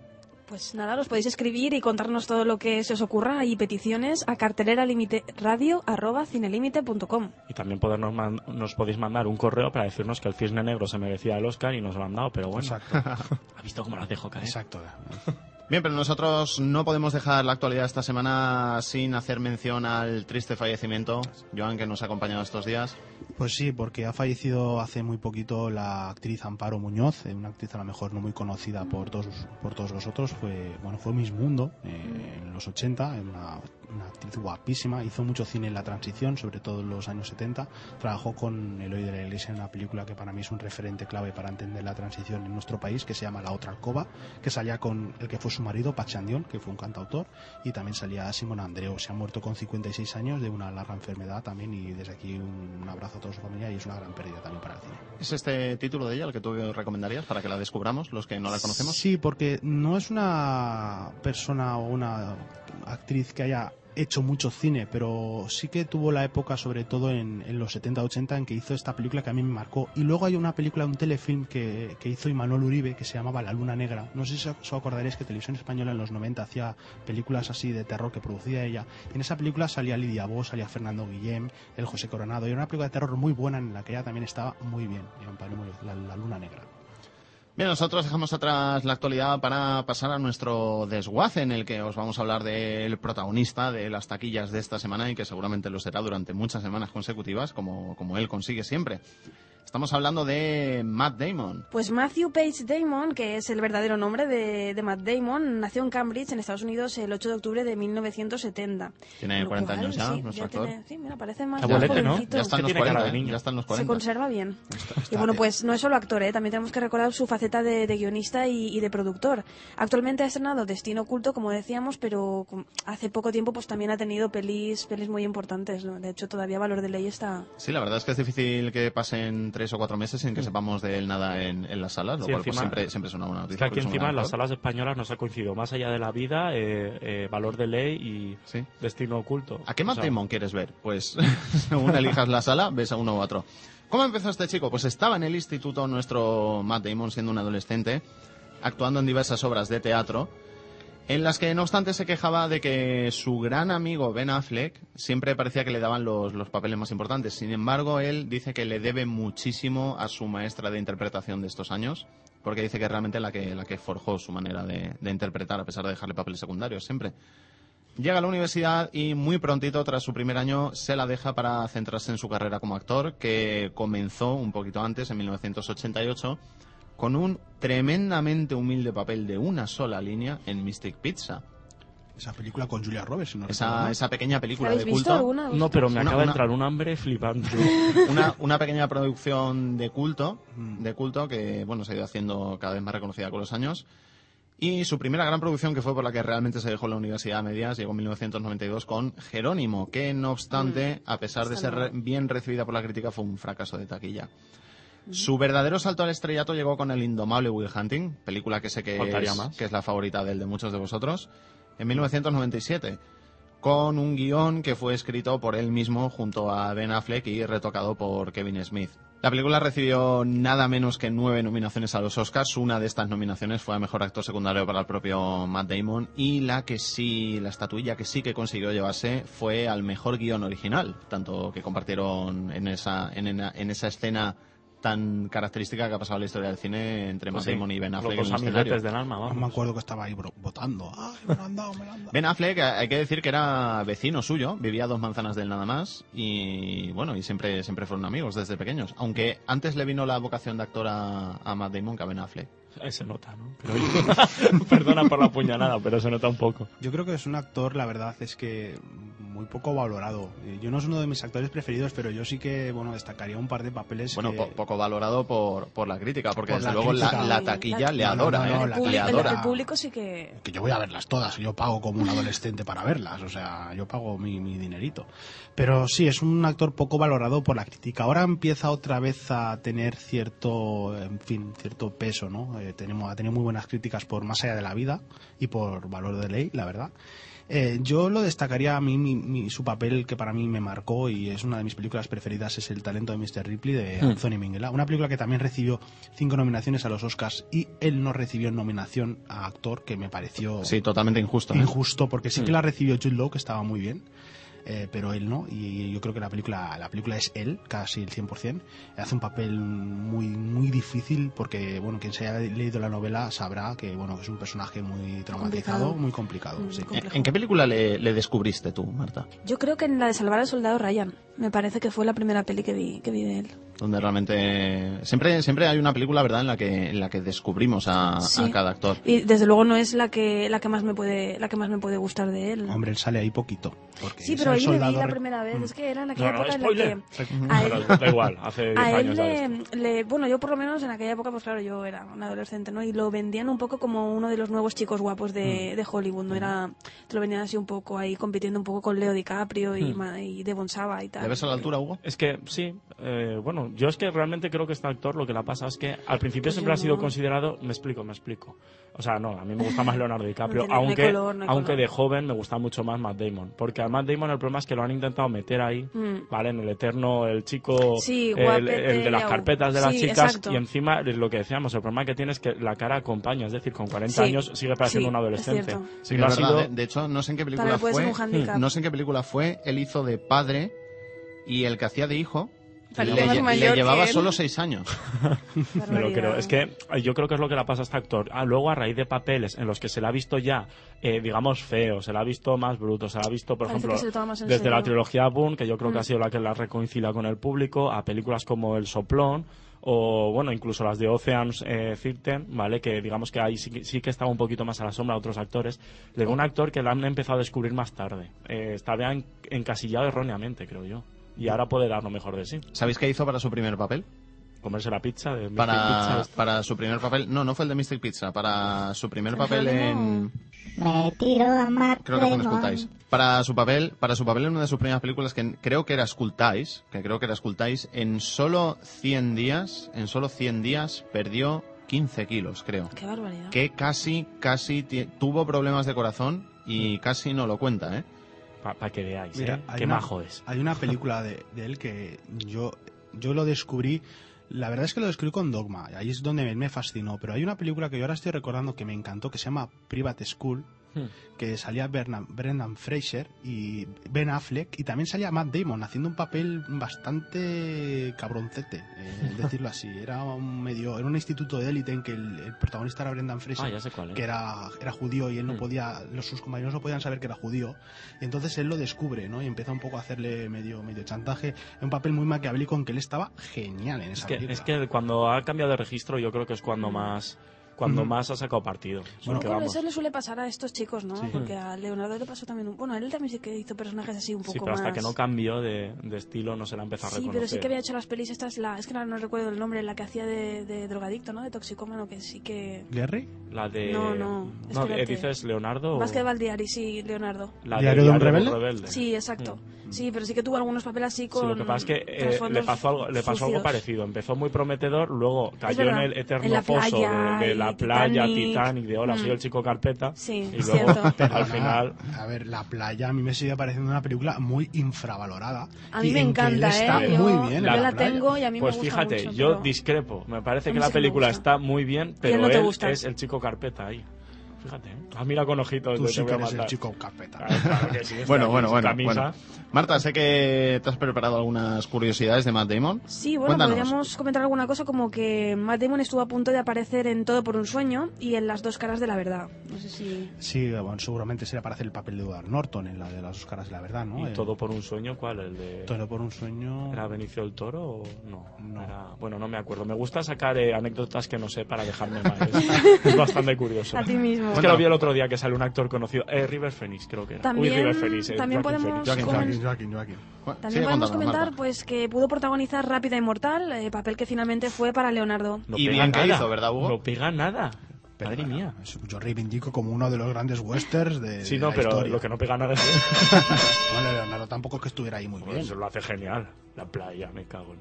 Pues nada, los podéis escribir y contarnos todo lo que se os ocurra y peticiones a cartelera límite radio arroba cinelímite.com.
Y también podernos man- nos podéis mandar un correo para decirnos que el cisne negro se merecía el Oscar y nos lo han dado, pero bueno,
Exacto,
ha visto cómo las dejo caer.
exacto. Eh,
Bien, pero nosotros no podemos dejar la actualidad esta semana sin hacer mención al triste fallecimiento, Joan, que nos ha acompañado estos días.
Pues sí, porque ha fallecido hace muy poquito la actriz Amparo Muñoz, eh, una actriz a lo mejor no muy conocida por todos, por todos vosotros, fue, bueno, fue Miss Mundo eh, en los 80, eh, una, una actriz guapísima, hizo mucho cine en la transición, sobre todo en los años 70, trabajó con Eloy de la Iglesia en una película que para mí es un referente clave para entender la transición en nuestro país, que se llama La Otra Alcoba, que salía con el que fue su marido, Pachandión, que fue un cantautor, y también salía Simón Andreu. Se ha muerto con 56 años de una larga enfermedad también y desde aquí un, un abrazo a toda su familia y es una gran pérdida también para el cine.
¿Es este título de ella el que tú recomendarías para que la descubramos, los que no la conocemos?
Sí, porque no es una persona o una actriz que haya hecho mucho cine, pero sí que tuvo la época, sobre todo en, en los 70-80, en que hizo esta película que a mí me marcó. Y luego hay una película, un telefilm que, que hizo Imanol Uribe que se llamaba La Luna Negra. No sé si os acordaréis que Televisión Española en los 90 hacía películas así de terror que producía ella. Y en esa película salía Lidia Vos, salía Fernando Guillem, el José Coronado. Y era una película de terror muy buena en la que ella también estaba muy bien, Amparo Muñoz, La- la Luna Negra.
Bien, nosotros dejamos atrás la actualidad para pasar a nuestro desguace en el que os vamos a hablar del protagonista de las taquillas de esta semana y que seguramente lo será durante muchas semanas consecutivas, como, como él consigue siempre. Estamos hablando de Matt Damon.
Pues Matthew Page Damon, que es el verdadero nombre de, de Matt Damon, nació en Cambridge, en Estados Unidos, el 8 de octubre de 1970.
Tiene
Lo
40 años ya,
sí,
nuestro
ya
actor.
tiene- sí, mira, parece más
Ya-
Abuelete, ¿no?
jovencito.
Ya están
Que
los
tiene cara
40,
de
¿eh?
niño.
ya están los
Se
40.
conserva bien.
Está-
Y bueno,
está-
pues no es solo actor, ¿eh? también tenemos que recordar su faceta de, de guionista y, y de productor. Actualmente ha estrenado Destino Oculto, como decíamos, pero com- hace poco tiempo pues también ha tenido pelis, pelis muy importantes. ¿no? De hecho, todavía Valor de Ley está...
Sí, la verdad es que es difícil que pasen tres o cuatro meses sin que sepamos de él nada en, en las salas, lo
Mm. Sí,
cual pues,
encima-
siempre, siempre es una buena
Es
noticia.
que aquí
porque es un
encima
gran
en las
actor.
salas españolas nos ha coincidido más allá de la vida, eh, eh, valor de ley y
Sí.
destino oculto.
¿A qué Matt
O sea,
Damon quieres ver? Pues según elijas la sala, ves a uno u otro. ¿Cómo empezó este chico? Pues estaba en el instituto nuestro Matt Damon siendo un adolescente, actuando en diversas obras de teatro, en las que no obstante se quejaba de que su gran amigo Ben Affleck siempre parecía que le daban los, los papeles más importantes. Sin embargo, él dice que le debe muchísimo a su maestra de interpretación de estos años, porque dice que es realmente la que, la que forjó su manera de, de interpretar, a pesar de dejarle papeles secundarios siempre. Llega a la universidad y muy prontito, tras su primer año, se la deja para centrarse en su carrera como actor, que comenzó un poquito antes, en 1988, con un tremendamente humilde papel de una sola línea en Mystic Pizza.
Esa película con Julia Roberts, si no recuerdo
Esa,
mal.
esa pequeña película
¿Habéis
de
visto
culto.
alguna?
No, pero me
Una-
acaba de
una-
entrar un hambre flipante.
Una, una pequeña producción de culto,
Mm.
de culto que bueno se ha ido haciendo cada vez más reconocida con los años. Y su primera gran producción, que fue por la que realmente se dejó la universidad a medias, llegó en 1992 con Jerónimo, que no obstante, a pesar de
Esta
ser
no.
re- bien recibida por la crítica, fue un fracaso de taquilla. Su verdadero salto al estrellato llegó con el indomable Will Hunting, película que sé que
Faltaría
es,
más.
que es la favorita del de muchos de vosotros, en 1997, con un guión que fue escrito por él mismo junto a Ben Affleck y retocado por Kevin Smith. La película recibió nada menos que nueve nominaciones a los Oscars. Una de estas nominaciones fue a Mejor Actor Secundario para el propio Matt Damon y la que sí, la estatuilla que sí que consiguió llevarse fue al Mejor Guión Original, tanto que compartieron en esa, en, en- en esa escena tan característica que ha pasado en la historia del cine entre
Pues
Matt
sí,
Damon y Ben
los
Affleck en
dos
el escenario.
amiguetes del alma,
No me
vamos.
acuerdo que estaba ahí bro- votando. Ay, me lo han dado, me lo han dado.
Ben Affleck, a- hay que decir que era vecino suyo, vivía a dos manzanas del nada más y bueno, y siempre, siempre fueron amigos desde pequeños. Aunque antes le vino la vocación de actor a, a Matt Damon que a Ben Affleck.
Eh, se nota, ¿no? Pero oye, perdona por la puñalada, pero se nota un poco.
Yo creo que es un actor, la verdad es que mm, muy poco valorado. Eh, Yo no es uno de mis actores preferidos, pero yo sí que bueno destacaría un par de papeles.
Bueno,
que-
po- poco valorado por, por la crítica, porque
Por
desde
la
luego la-
crítica.
La, taquilla
La-
le
no, no,
adora,
no,
¿eh?
la
el, público,
le
taquilla.
el-
adora.
el público sí que...
que yo voy a verlas todas, yo pago como un adolescente para verlas, o sea, yo pago mi, mi dinerito. Pero sí, es un actor poco valorado por la crítica. Ahora empieza otra vez a tener cierto, en fin, cierto peso, ¿no? Eh, tenemos, ha tenido muy buenas críticas por Más allá de la vida y por Valor de Ley, la verdad. Eh, yo lo destacaría a mí mi- mi- su papel que para mí me marcó y es una de mis películas preferidas es El talento de Mr. Ripley de
Mm.
Anthony Minghella, una película que también recibió cinco nominaciones a los Oscars y él no recibió nominación a actor que me pareció
Sí, totalmente injusto. ¿eh?
injusto porque sí que
Mm.
la recibió Jude Law que estaba muy bien. eh, pero él no, y yo creo que la película la película es él, casi el 100%. Hace un papel muy muy difícil porque, bueno, quien se haya leído la novela sabrá que, bueno, es un personaje muy traumatizado,
Complicado.
muy complicado.
Mm,
sí.
complicado.
¿En, en qué película le, le descubriste tú, Marta?
Yo creo que en la de Salvar al Soldado Ryan. Me parece que fue la primera peli que vi, que vi de él.
Donde realmente siempre siempre hay una película, ¿verdad? En la que en la que descubrimos a, a
Sí.
cada actor.
Y desde luego no es la que, la que, más, me puede, la que más me puede gustar de él.
Hombre, él sale ahí poquito. Porque
Mm. sí,
es
pero
el
ahí le vi
soldado
la
re-
primera vez.
Mm.
Es que era en
No,
aquella
no,
época
spoiler.
en la que... A él,
Pero da igual, hace 10
a él
años. ¿sabes?
le, le- Bueno, yo por lo menos en aquella época, pues claro, yo era un adolescente, ¿no? Y lo vendían un poco como uno de los nuevos chicos guapos
Mm.
de, de Hollywood, ¿no? Era, te lo vendían así un poco ahí, compitiendo un poco con Leo DiCaprio y,
Mm.
ma- y Devon Sawa y tal.
¿Le ves a la altura, Hugo?
Es que sí, eh, bueno, yo es que realmente creo que este actor lo que le pasa es que al principio
Pues
siempre
yo
ha sido
no.
considerado, me explico, me explico. O sea, no, a mí me gusta más Leonardo DiCaprio,
tiene- no hay
aunque,
color, no hay
aunque
color.
de joven me gusta mucho más Matt Damon, porque a Matt Damon el problema es que lo han intentado meter ahí,
Mm.
¿vale? En el eterno, el chico,
Sí,
el,
guapete
el de las
au.
carpetas de las
Sí,
chicas,
exacto.
y encima es lo que decíamos, el problema que tiene es que la cara acompaña, es decir, con 40
Sí,
años sigue
sí,
pareciendo un
es
adolescente.
cierto.
Sí,
Y
que
no
es
ha
verdad. ¿eh?
sido-
De, de hecho, no sé en qué
Para
película
él puede ser
fue.
un handicap.
No sé en qué película fue. Él hizo de padre y el que hacía de hijo
Parecía
le,
más
lle-
mayor
le llevaba
que él.
solo seis años.
Me lo
Barbaridad.
creo. Es que eh, yo creo que es lo que le pasa a este actor. Ah, luego, a raíz de papeles en los que se le ha visto ya, eh, digamos, feo, se le ha visto más bruto, se le ha visto, por
Parece que se lo
ejemplo,
toma más en
desde la
serio.
trilogía Boone, que yo creo que
Mm.
ha sido la que la reconcilia con el público, a películas como El Soplón, o bueno, incluso las de Ocean's eh, Thirteen, ¿vale? Que digamos que ahí sí, que- sí que estaba un poquito más a la sombra de otros actores. Le veo un actor que la han empezado a descubrir más tarde. Eh, estaba en- encasillado erróneamente, creo yo. Y ahora puede dar lo mejor de sí.
¿Sabéis qué hizo para su primer papel?
Comerse la pizza de Mystic Pizza
Para,
esta.
para su primer papel. No, no fue el de Mystic Pizza. Para su primer
El
papel
Jerónimo.
en.
Me tiro a Matt
Creo que fue en
Damon.
Skullties. Para su papel, para su papel en una de sus primeras películas, que en- creo que era Skullties, que creo que era Skullties, en solo 100 días, en solo 100 días perdió 15 kilos, creo.
Qué barbaridad.
Que casi, casi ti- tuvo problemas de corazón y casi no lo cuenta, ¿eh?
Para que veáis,
Mira,
¿eh?
hay
Qué
una-
majo es.
Hay una película de, de él que yo, yo lo descubrí. La verdad es que lo descubrí con Dogma, ahí es donde él me fascinó. Pero hay una película que yo ahora estoy recordando que me encantó, que se llama Private School,
Hmm.
que salía Bernam- Brendan Fraser y Ben Affleck, y también salía Matt Damon haciendo un papel bastante cabroncete, eh, decirlo así. Era un medio, era un instituto de élite en que el, el protagonista era Brendan Fraser
Ah, ya sé cuál, ¿eh?
que era, era judío y él no
Hmm.
podía, los, sus compañeros no podían saber que era judío. Y entonces él lo descubre, ¿no? Y empieza un poco a hacerle medio, medio chantaje. Un papel muy maquiavélico en que él estaba genial en
Es
esa
que,
película.
es que cuando ha cambiado de registro, yo creo que es cuando más cuando
Ujú.
más ha sacado partido.
Hmm. Bueno,
Porque
Hmm. Bueno,
vamos,
eso le suele pasar a estos chicos, ¿no?
Sí.
Porque a Leonardo le pasó también un... Bueno, a él también sí que hizo personajes así un poco
sí, pero hasta
más-
que no cambió de, de estilo no se la empezó a
Sí,
reconocer.
pero sí que había hecho las pelis estas, la, es que no, no recuerdo el nombre, la que hacía de, de drogadicto, ¿no? De toxicómano, que sí que...
¿Gary?
La de...
No, no, espérate.
eh, ¿Dices Leonardo? o-
Más que Valdiari, sí, Leonardo.
La
¿Diario de un rebelde?
Sí, exacto. Sí, pero sí que tuvo algunos papeles así
Mm, Sí,
con...
lo que pasa es que eh, le
trasfondos
pasó, algo, le pasó algo
sucios.
parecido. Empezó muy prometedor, luego cayó en
verdad.
el eterno
En la
foso de-
playa
de,
y
la playa,
Titanic.
Titanic, de hola, soy
Mm.
el chico carpeta.
Sí,
y
es
luego
cierto.
al
Perdona,
final
A ver, La Playa a mí me sigue pareciendo una película muy infravalorada.
A mí
y
me
en que él
encanta,
está
¿eh? Yo-
muy bien. en
yo
la
la
playa.
tengo y a mí
pues
me gusta
fíjate,
mucho,
yo
pero-
discrepo. Me parece
A
que
mí
la
sí que me
película
gusta.
está muy bien, pero
no te
él
gusta.
es el chico carpeta ahí. Fíjate, ¿eh? ah, mira con ojitos
Tú
de
sí
te voy
que
a
eres el
matar.
chico carpeta.
Ah, claro que sí, está
Bueno,
aquí
bueno,
sin
bueno,
camisa.
bueno. Marta, sé que te has preparado algunas curiosidades de Matt Damon.
Sí, bueno,
Cuéntanos.
podríamos comentar alguna cosa como que Matt Damon estuvo a punto de aparecer en Todo por un sueño y en Las dos caras de la verdad. No sé si...
Sí, bueno, seguramente será para hacer el papel de Edward Norton en la de las dos caras de la verdad, ¿no?
¿Y
Eh,
todo por un sueño cuál? ¿El de
Todo por un sueño.
era Benicio del Toro o no?
No.
Era- Bueno, no me acuerdo. Me gusta sacar eh, anécdotas que no sé para dejarme mal. Es, es bastante curioso.
A ti mismo.
es que lo vi el otro día que sale un actor conocido. Eh, River Phoenix, creo que era.
También-
Uy, River Phoenix. eh,
también
Joaquin
podemos
Phoenix.
Joaquin
Joaquín, Joaquín, Joaquín.
Bueno,
También
sigue
podemos
contándonos,
comentar
Marta.
pues que pudo protagonizar Rápida Inmortal, eh, papel que finalmente fue para Leonardo.
No
Y
pega
bien que
nada,
hizo, ¿verdad, Hugo?
No pega nada.
Pero
Madre
bueno,
mía.
es- Yo reivindico como uno de los grandes westerns de.
Sí,
de
no,
la
pero
historia.
lo que no pega nada es.
Bueno, Leonardo tampoco es que estuviera ahí muy
Pues
bien.
eso lo hace genial. La playa, me cago en.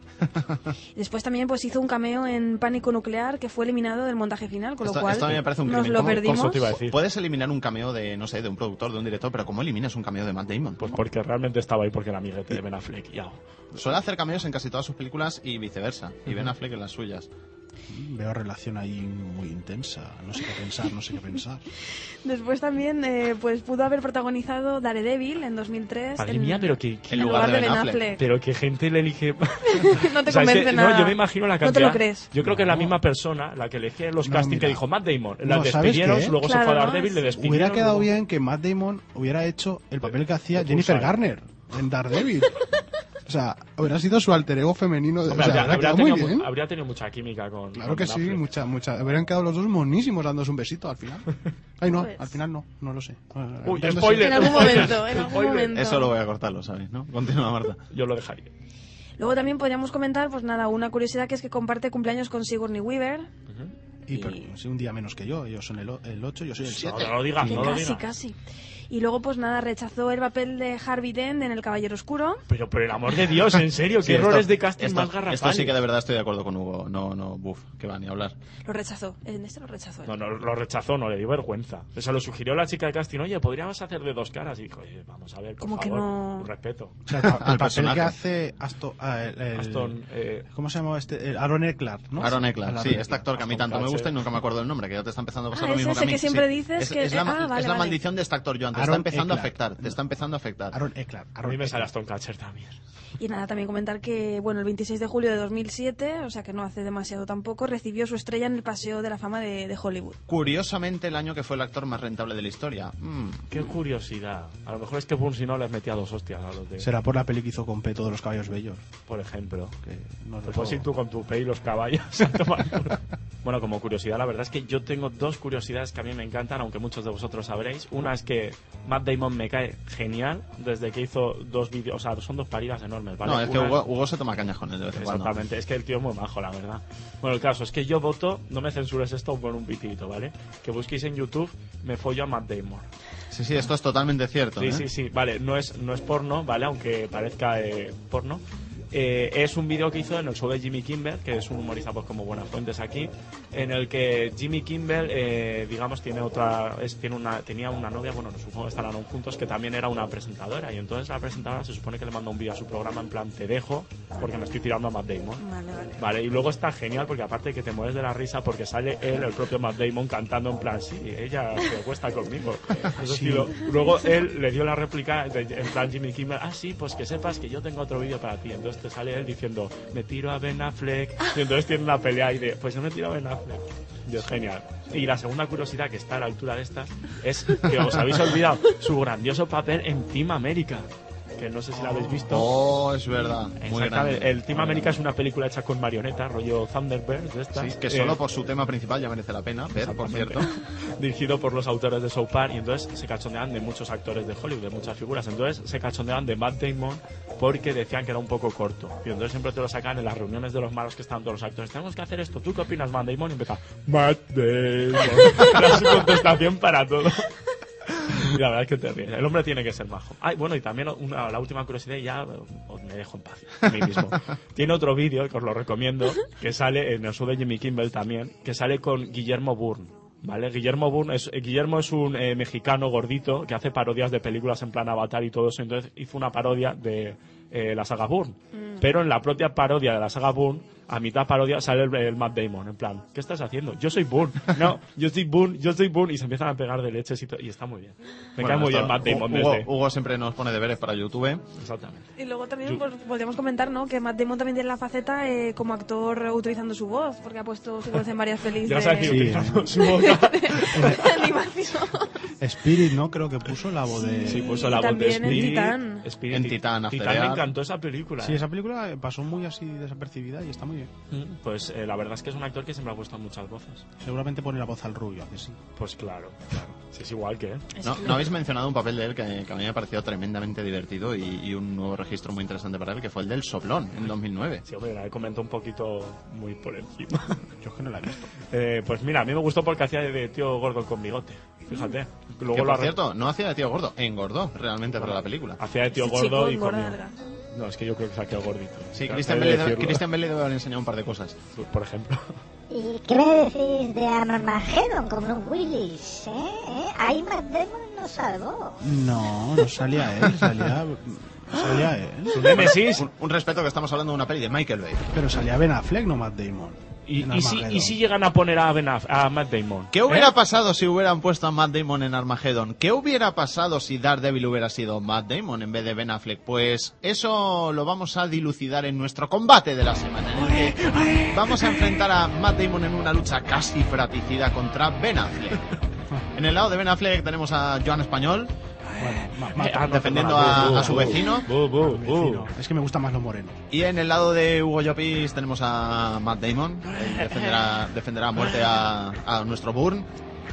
Después también pues hizo un cameo en Pánico Nuclear que fue eliminado del montaje final, con
Esto-
lo cual
esto a mí me parece un
nos
crimen.
lo
¿Cómo- cómo
perdimos.
eso te iba a decir?
Puedes eliminar un cameo de, no sé, de un productor, de un director, pero ¿cómo eliminas un cameo de Matt Damon?
Pues porque realmente estaba ahí porque era amiguete de Ben Affleck. Ya.
Suele hacer cameos en casi todas sus películas y viceversa. Y Ben Affleck en las suyas.
Veo relación ahí muy intensa. No sé qué pensar, no sé qué pensar.
Después también eh, pues pudo haber protagonizado Daredevil en 2003.
Madre
en-
mía, pero que.
En
en
lugar
lugar
de Ben Affleck.
Pero que gente le elige.
no te
O sea, es
convence
que-
nada.
No, yo me imagino la
No te
cantidad.
lo crees.
Yo creo que es la
No.
misma persona la que elegía en los
No,
castings
mira.
que dijo Matt Damon. La
No, ¿sabes
despidieron,
qué?
luego se
Claro,
fue a
¿no?
Daredevil, le despidieron.
Hubiera quedado
luego-
bien que Matt Damon hubiera hecho el papel que hacía
de
Jennifer
Bullseye.
Garner en Daredevil. O sea, hubiera sido su alter ego femenino. De,
Hombre,
o sea,
habría,
hubiera
habría
quedado muy
tenido,
bien.
mu- habría tenido mucha química con.
Claro
con
que
Ben
sí,
Affleck.
mucha, mucha. Habrían quedado los dos monísimos dándose un besito al final. Ay, no,
Pues-
al final no, no lo sé.
Uy,
Dándose-
spoiler.
En algún momento, en algún
Spoiler.
momento.
Eso lo voy a cortarlo, ¿sabes? ¿No? Continúa, Marta.
Yo lo dejaría.
Luego también podríamos comentar, pues nada, una curiosidad que es que comparte cumpleaños con Sigourney Weaver.
Y, pero, sí, un día menos que yo. Ellos son el, o- el 8, yo soy el 7.
No, no lo digas,
que
Ah, no lo
casi,
digas.
casi. Y luego, pues nada, rechazó el papel de Harvey Dent en El Caballero Oscuro.
Pero por el amor de Dios, en serio, qué
Sí, esto-
errores de casting
esto-
más garrafales.
Esto sí que de verdad estoy de acuerdo con Hugo. No, no, buf, que va ni hablar.
Lo rechazó. En este lo rechazó. él.
No, no, lo rechazó, no le dio vergüenza. Se lo sugirió la chica de casting, oye, podríamos hacer de dos caras. Y dijo, oye, vamos a ver, por
Como que
favor,
no.
un respeto.
O sea, el, pa- el papel
personaje.
que hace Aston. ah, el- el-
Aston, eh,
¿Cómo se llamaba este? El Aaron Eckhart, ¿no?
Aaron Eckhart, sí, este actor que a mí
Aston
tanto me
Kutcher.
gusta y nunca me acuerdo del nombre, que ya te está empezando a pasar
Ah,
lo
es
mismo
ese
que a mí.
que siempre dices
es,
que-
es la,
ah,
es
vale,
la
vale.
maldición de este actor, Joan, te está
Aaron
empezando a
Eckhart.
afectar, te está empezando a afectar.
Aaron Eckhart.
a
Aaron
mí me sale
Eckhart.
Aston Catcher también.
Y nada, también comentar que, bueno, el 26 de julio de 2007, o sea que no hace demasiado tampoco, recibió su estrella en el Paseo de la Fama de, de Hollywood.
Curiosamente, el año que fue el actor más rentable de la historia. Mm,
Qué curiosidad. A lo mejor es que Bunsi no les metía dos hostias a los de.
Será por la peli que hizo con P todos los caballos bellos.
Por ejemplo.
Que no
Te
lo-
puedes ir Pues tú con tu pe y los caballos a tomar por- Bueno, como curiosidad, la verdad es que yo tengo dos curiosidades que a mí me encantan, aunque muchos de vosotros sabréis. Una es que Matt Damon me cae genial desde que hizo dos vídeos, o sea, son dos paridas enormes, ¿vale?
No, es que
Una-
Hugo, Hugo se toma cañajones de vez en cuando.
Exactamente, es que el tío es muy majo, la verdad. Bueno, el caso es que yo voto, no me censures esto con un pitito, ¿vale? Que busquéis en YouTube, me follo a Matt Damon.
Sí, sí, esto es totalmente cierto.
Sí,
¿eh?
sí, sí, vale, no es, no es porno, ¿vale? Aunque parezca eh, porno. Eh, es un vídeo que hizo en el show de Jimmy Kimmel, que es un humorista pues como Buenas Fuentes aquí, en el que Jimmy Kimmel, eh, digamos, tiene otra, es- tiene una, tenía una novia, bueno, no supongo que estarán aún juntos, que también era una presentadora, y entonces la presentadora se supone que le mandó un vídeo a su programa en plan, te dejo, porque me estoy tirando a Matt Damon.
Vale, vale.
Vale, y luego está genial porque aparte que te mueres de la risa porque sale él, el propio Matt Damon, cantando en plan, sí, ella se acuesta conmigo. Eso sí, lo- luego él le dio la réplica de- en plan Jimmy Kimmel, ah, sí, pues que sepas que yo tengo otro vídeo para ti. Entonces te sale él diciendo, me tiro a Ben Affleck. Y entonces tiene una pelea ahí de, pues yo me tiro a Ben Affleck. Y es genial. Y la segunda curiosidad que está a la altura de esta es que os habéis olvidado su grandioso papel en Team América. Que no sé si la habéis visto.
Oh, es verdad. Muy
Exactamente.
grande.
El Team América es una película hecha con marionetas, rollo Thunderbirds, de estas.
Sí, que
eh,
solo por su tema principal ya merece la pena ver, por cierto.
dirigido por los autores de South Park y entonces se cachondeaban de muchos actores de Hollywood, de muchas figuras. Entonces se cachondeaban de Matt Damon porque decían que era un poco corto. Y entonces siempre te lo sacaban en las reuniones de los malos que están todos los actores. Tenemos que hacer esto. ¿Tú qué opinas, Matt Damon? Y empezaba, Matt Damon. era su contestación para todo. Y la verdad es que te ríes. El hombre tiene que ser majo. Ay, bueno, y también una- la última curiosidad, y ya eh, os me dejo en paz a mí mismo. tiene otro vídeo que os lo recomiendo, que sale en el show de Jimmy Kimmel también, que sale con Guillermo Burn. ¿Vale? Guillermo Burn es, eh, Guillermo es un eh, mexicano gordito que hace parodias de películas en plan Avatar y todo eso. Entonces hizo una parodia de eh, la saga Burn.
Mm.
Pero en la propia parodia de la saga Burn, a mitad parodia sale el, el Matt Damon, en plan, ¿qué estás haciendo? Yo soy Boone. No, yo soy Boone, yo soy Boone. Y se empiezan a pegar de leches y, to- y está muy bien. Me
Bueno,
cae muy
esto-
bien Matt Damon
Hugo,
desde...
Hugo siempre nos pone deberes para YouTube.
Exactamente.
Y luego
Yo-
también pues, podríamos comentar, ¿no? Que Matt Damon también tiene la faceta eh, como actor eh, utilizando su voz, porque ha puesto su voz en varias pelis
Ya
de,
sabes,
Sí.
utilizando su boca.
de animación.
Spirit, ¿no? Creo que puso la voz de...
Sí, pues puso la voz de
también en
Spirit.
Titán.
Spirit
En
y-
Titán, After
Titán me
Earth.
encantó esa película.
Sí,
¿eh?
esa película pasó muy así desapercibida y está muy bien.
Mm, Pues eh, la verdad es que es un actor que siempre ha puesto muchas voces.
Seguramente pone la voz al rubio, ¿a que sí.
Pues claro, claro. Si es igual que él.
Es
No,
que-
no habéis mencionado un papel de él que, que a mí me ha parecido tremendamente divertido y, y un nuevo registro muy interesante para él, que fue el del soplón en 2009.
Sí, hombre, la he comentado un poquito muy por encima.
Yo es que no la he visto.
Eh, pues mira, a mí me gustó porque hacía de tío gordo con bigote. Fíjate.
Mm. que,
lo
por
arre-
cierto, no hacía de tío gordo, engordó realmente para la película.
Hacía de tío
Este chico
gordo y
engorda,
comió.
larga.
No, es que yo creo que se ha quedado gordito.
Sí,
Hay
Christian
que
Bale, debe-
decirlo,
Christian Bale debe haber enseñado un par de cosas.
Por ejemplo.
¿Y qué me decís de Armageddon con Bruce Willis? ¿Eh? ¿Eh? Ahí McDermott nos salvó.
No, no salía él, salía... Salía él.
Nemesis.
Un, un respeto que estamos hablando de una peli de Michael Bay.
Pero salía Ben Affleck, no Matt Damon.
¿Y,
En
y si,
Armageddon.
y si llegan a poner a, Ben Aff- a Matt Damon?
¿Qué hubiera
¿Eh?
pasado si hubieran puesto a Matt Damon en Armageddon? ¿Qué hubiera pasado si Daredevil hubiera sido Matt Damon en vez de Ben Affleck? Pues eso lo vamos a dilucidar en nuestro combate de la semana. en el que vamos a enfrentar a Matt Damon en una lucha casi fratricida contra Ben Affleck. En el lado de Ben Affleck tenemos a Joan Español
Bueno, ma-
Eh,
ma-
ah, uh. no,
defendiendo
perdona,
a-
bu, bu,
a su
bu,
vecino.
bu, bu, bu.
vecino. Es que me gustan más los morenos.
y en el lado de Hugo Llopis tenemos a Matt Damon. Él defenderá, defenderá a muerte a, a nuestro Burn.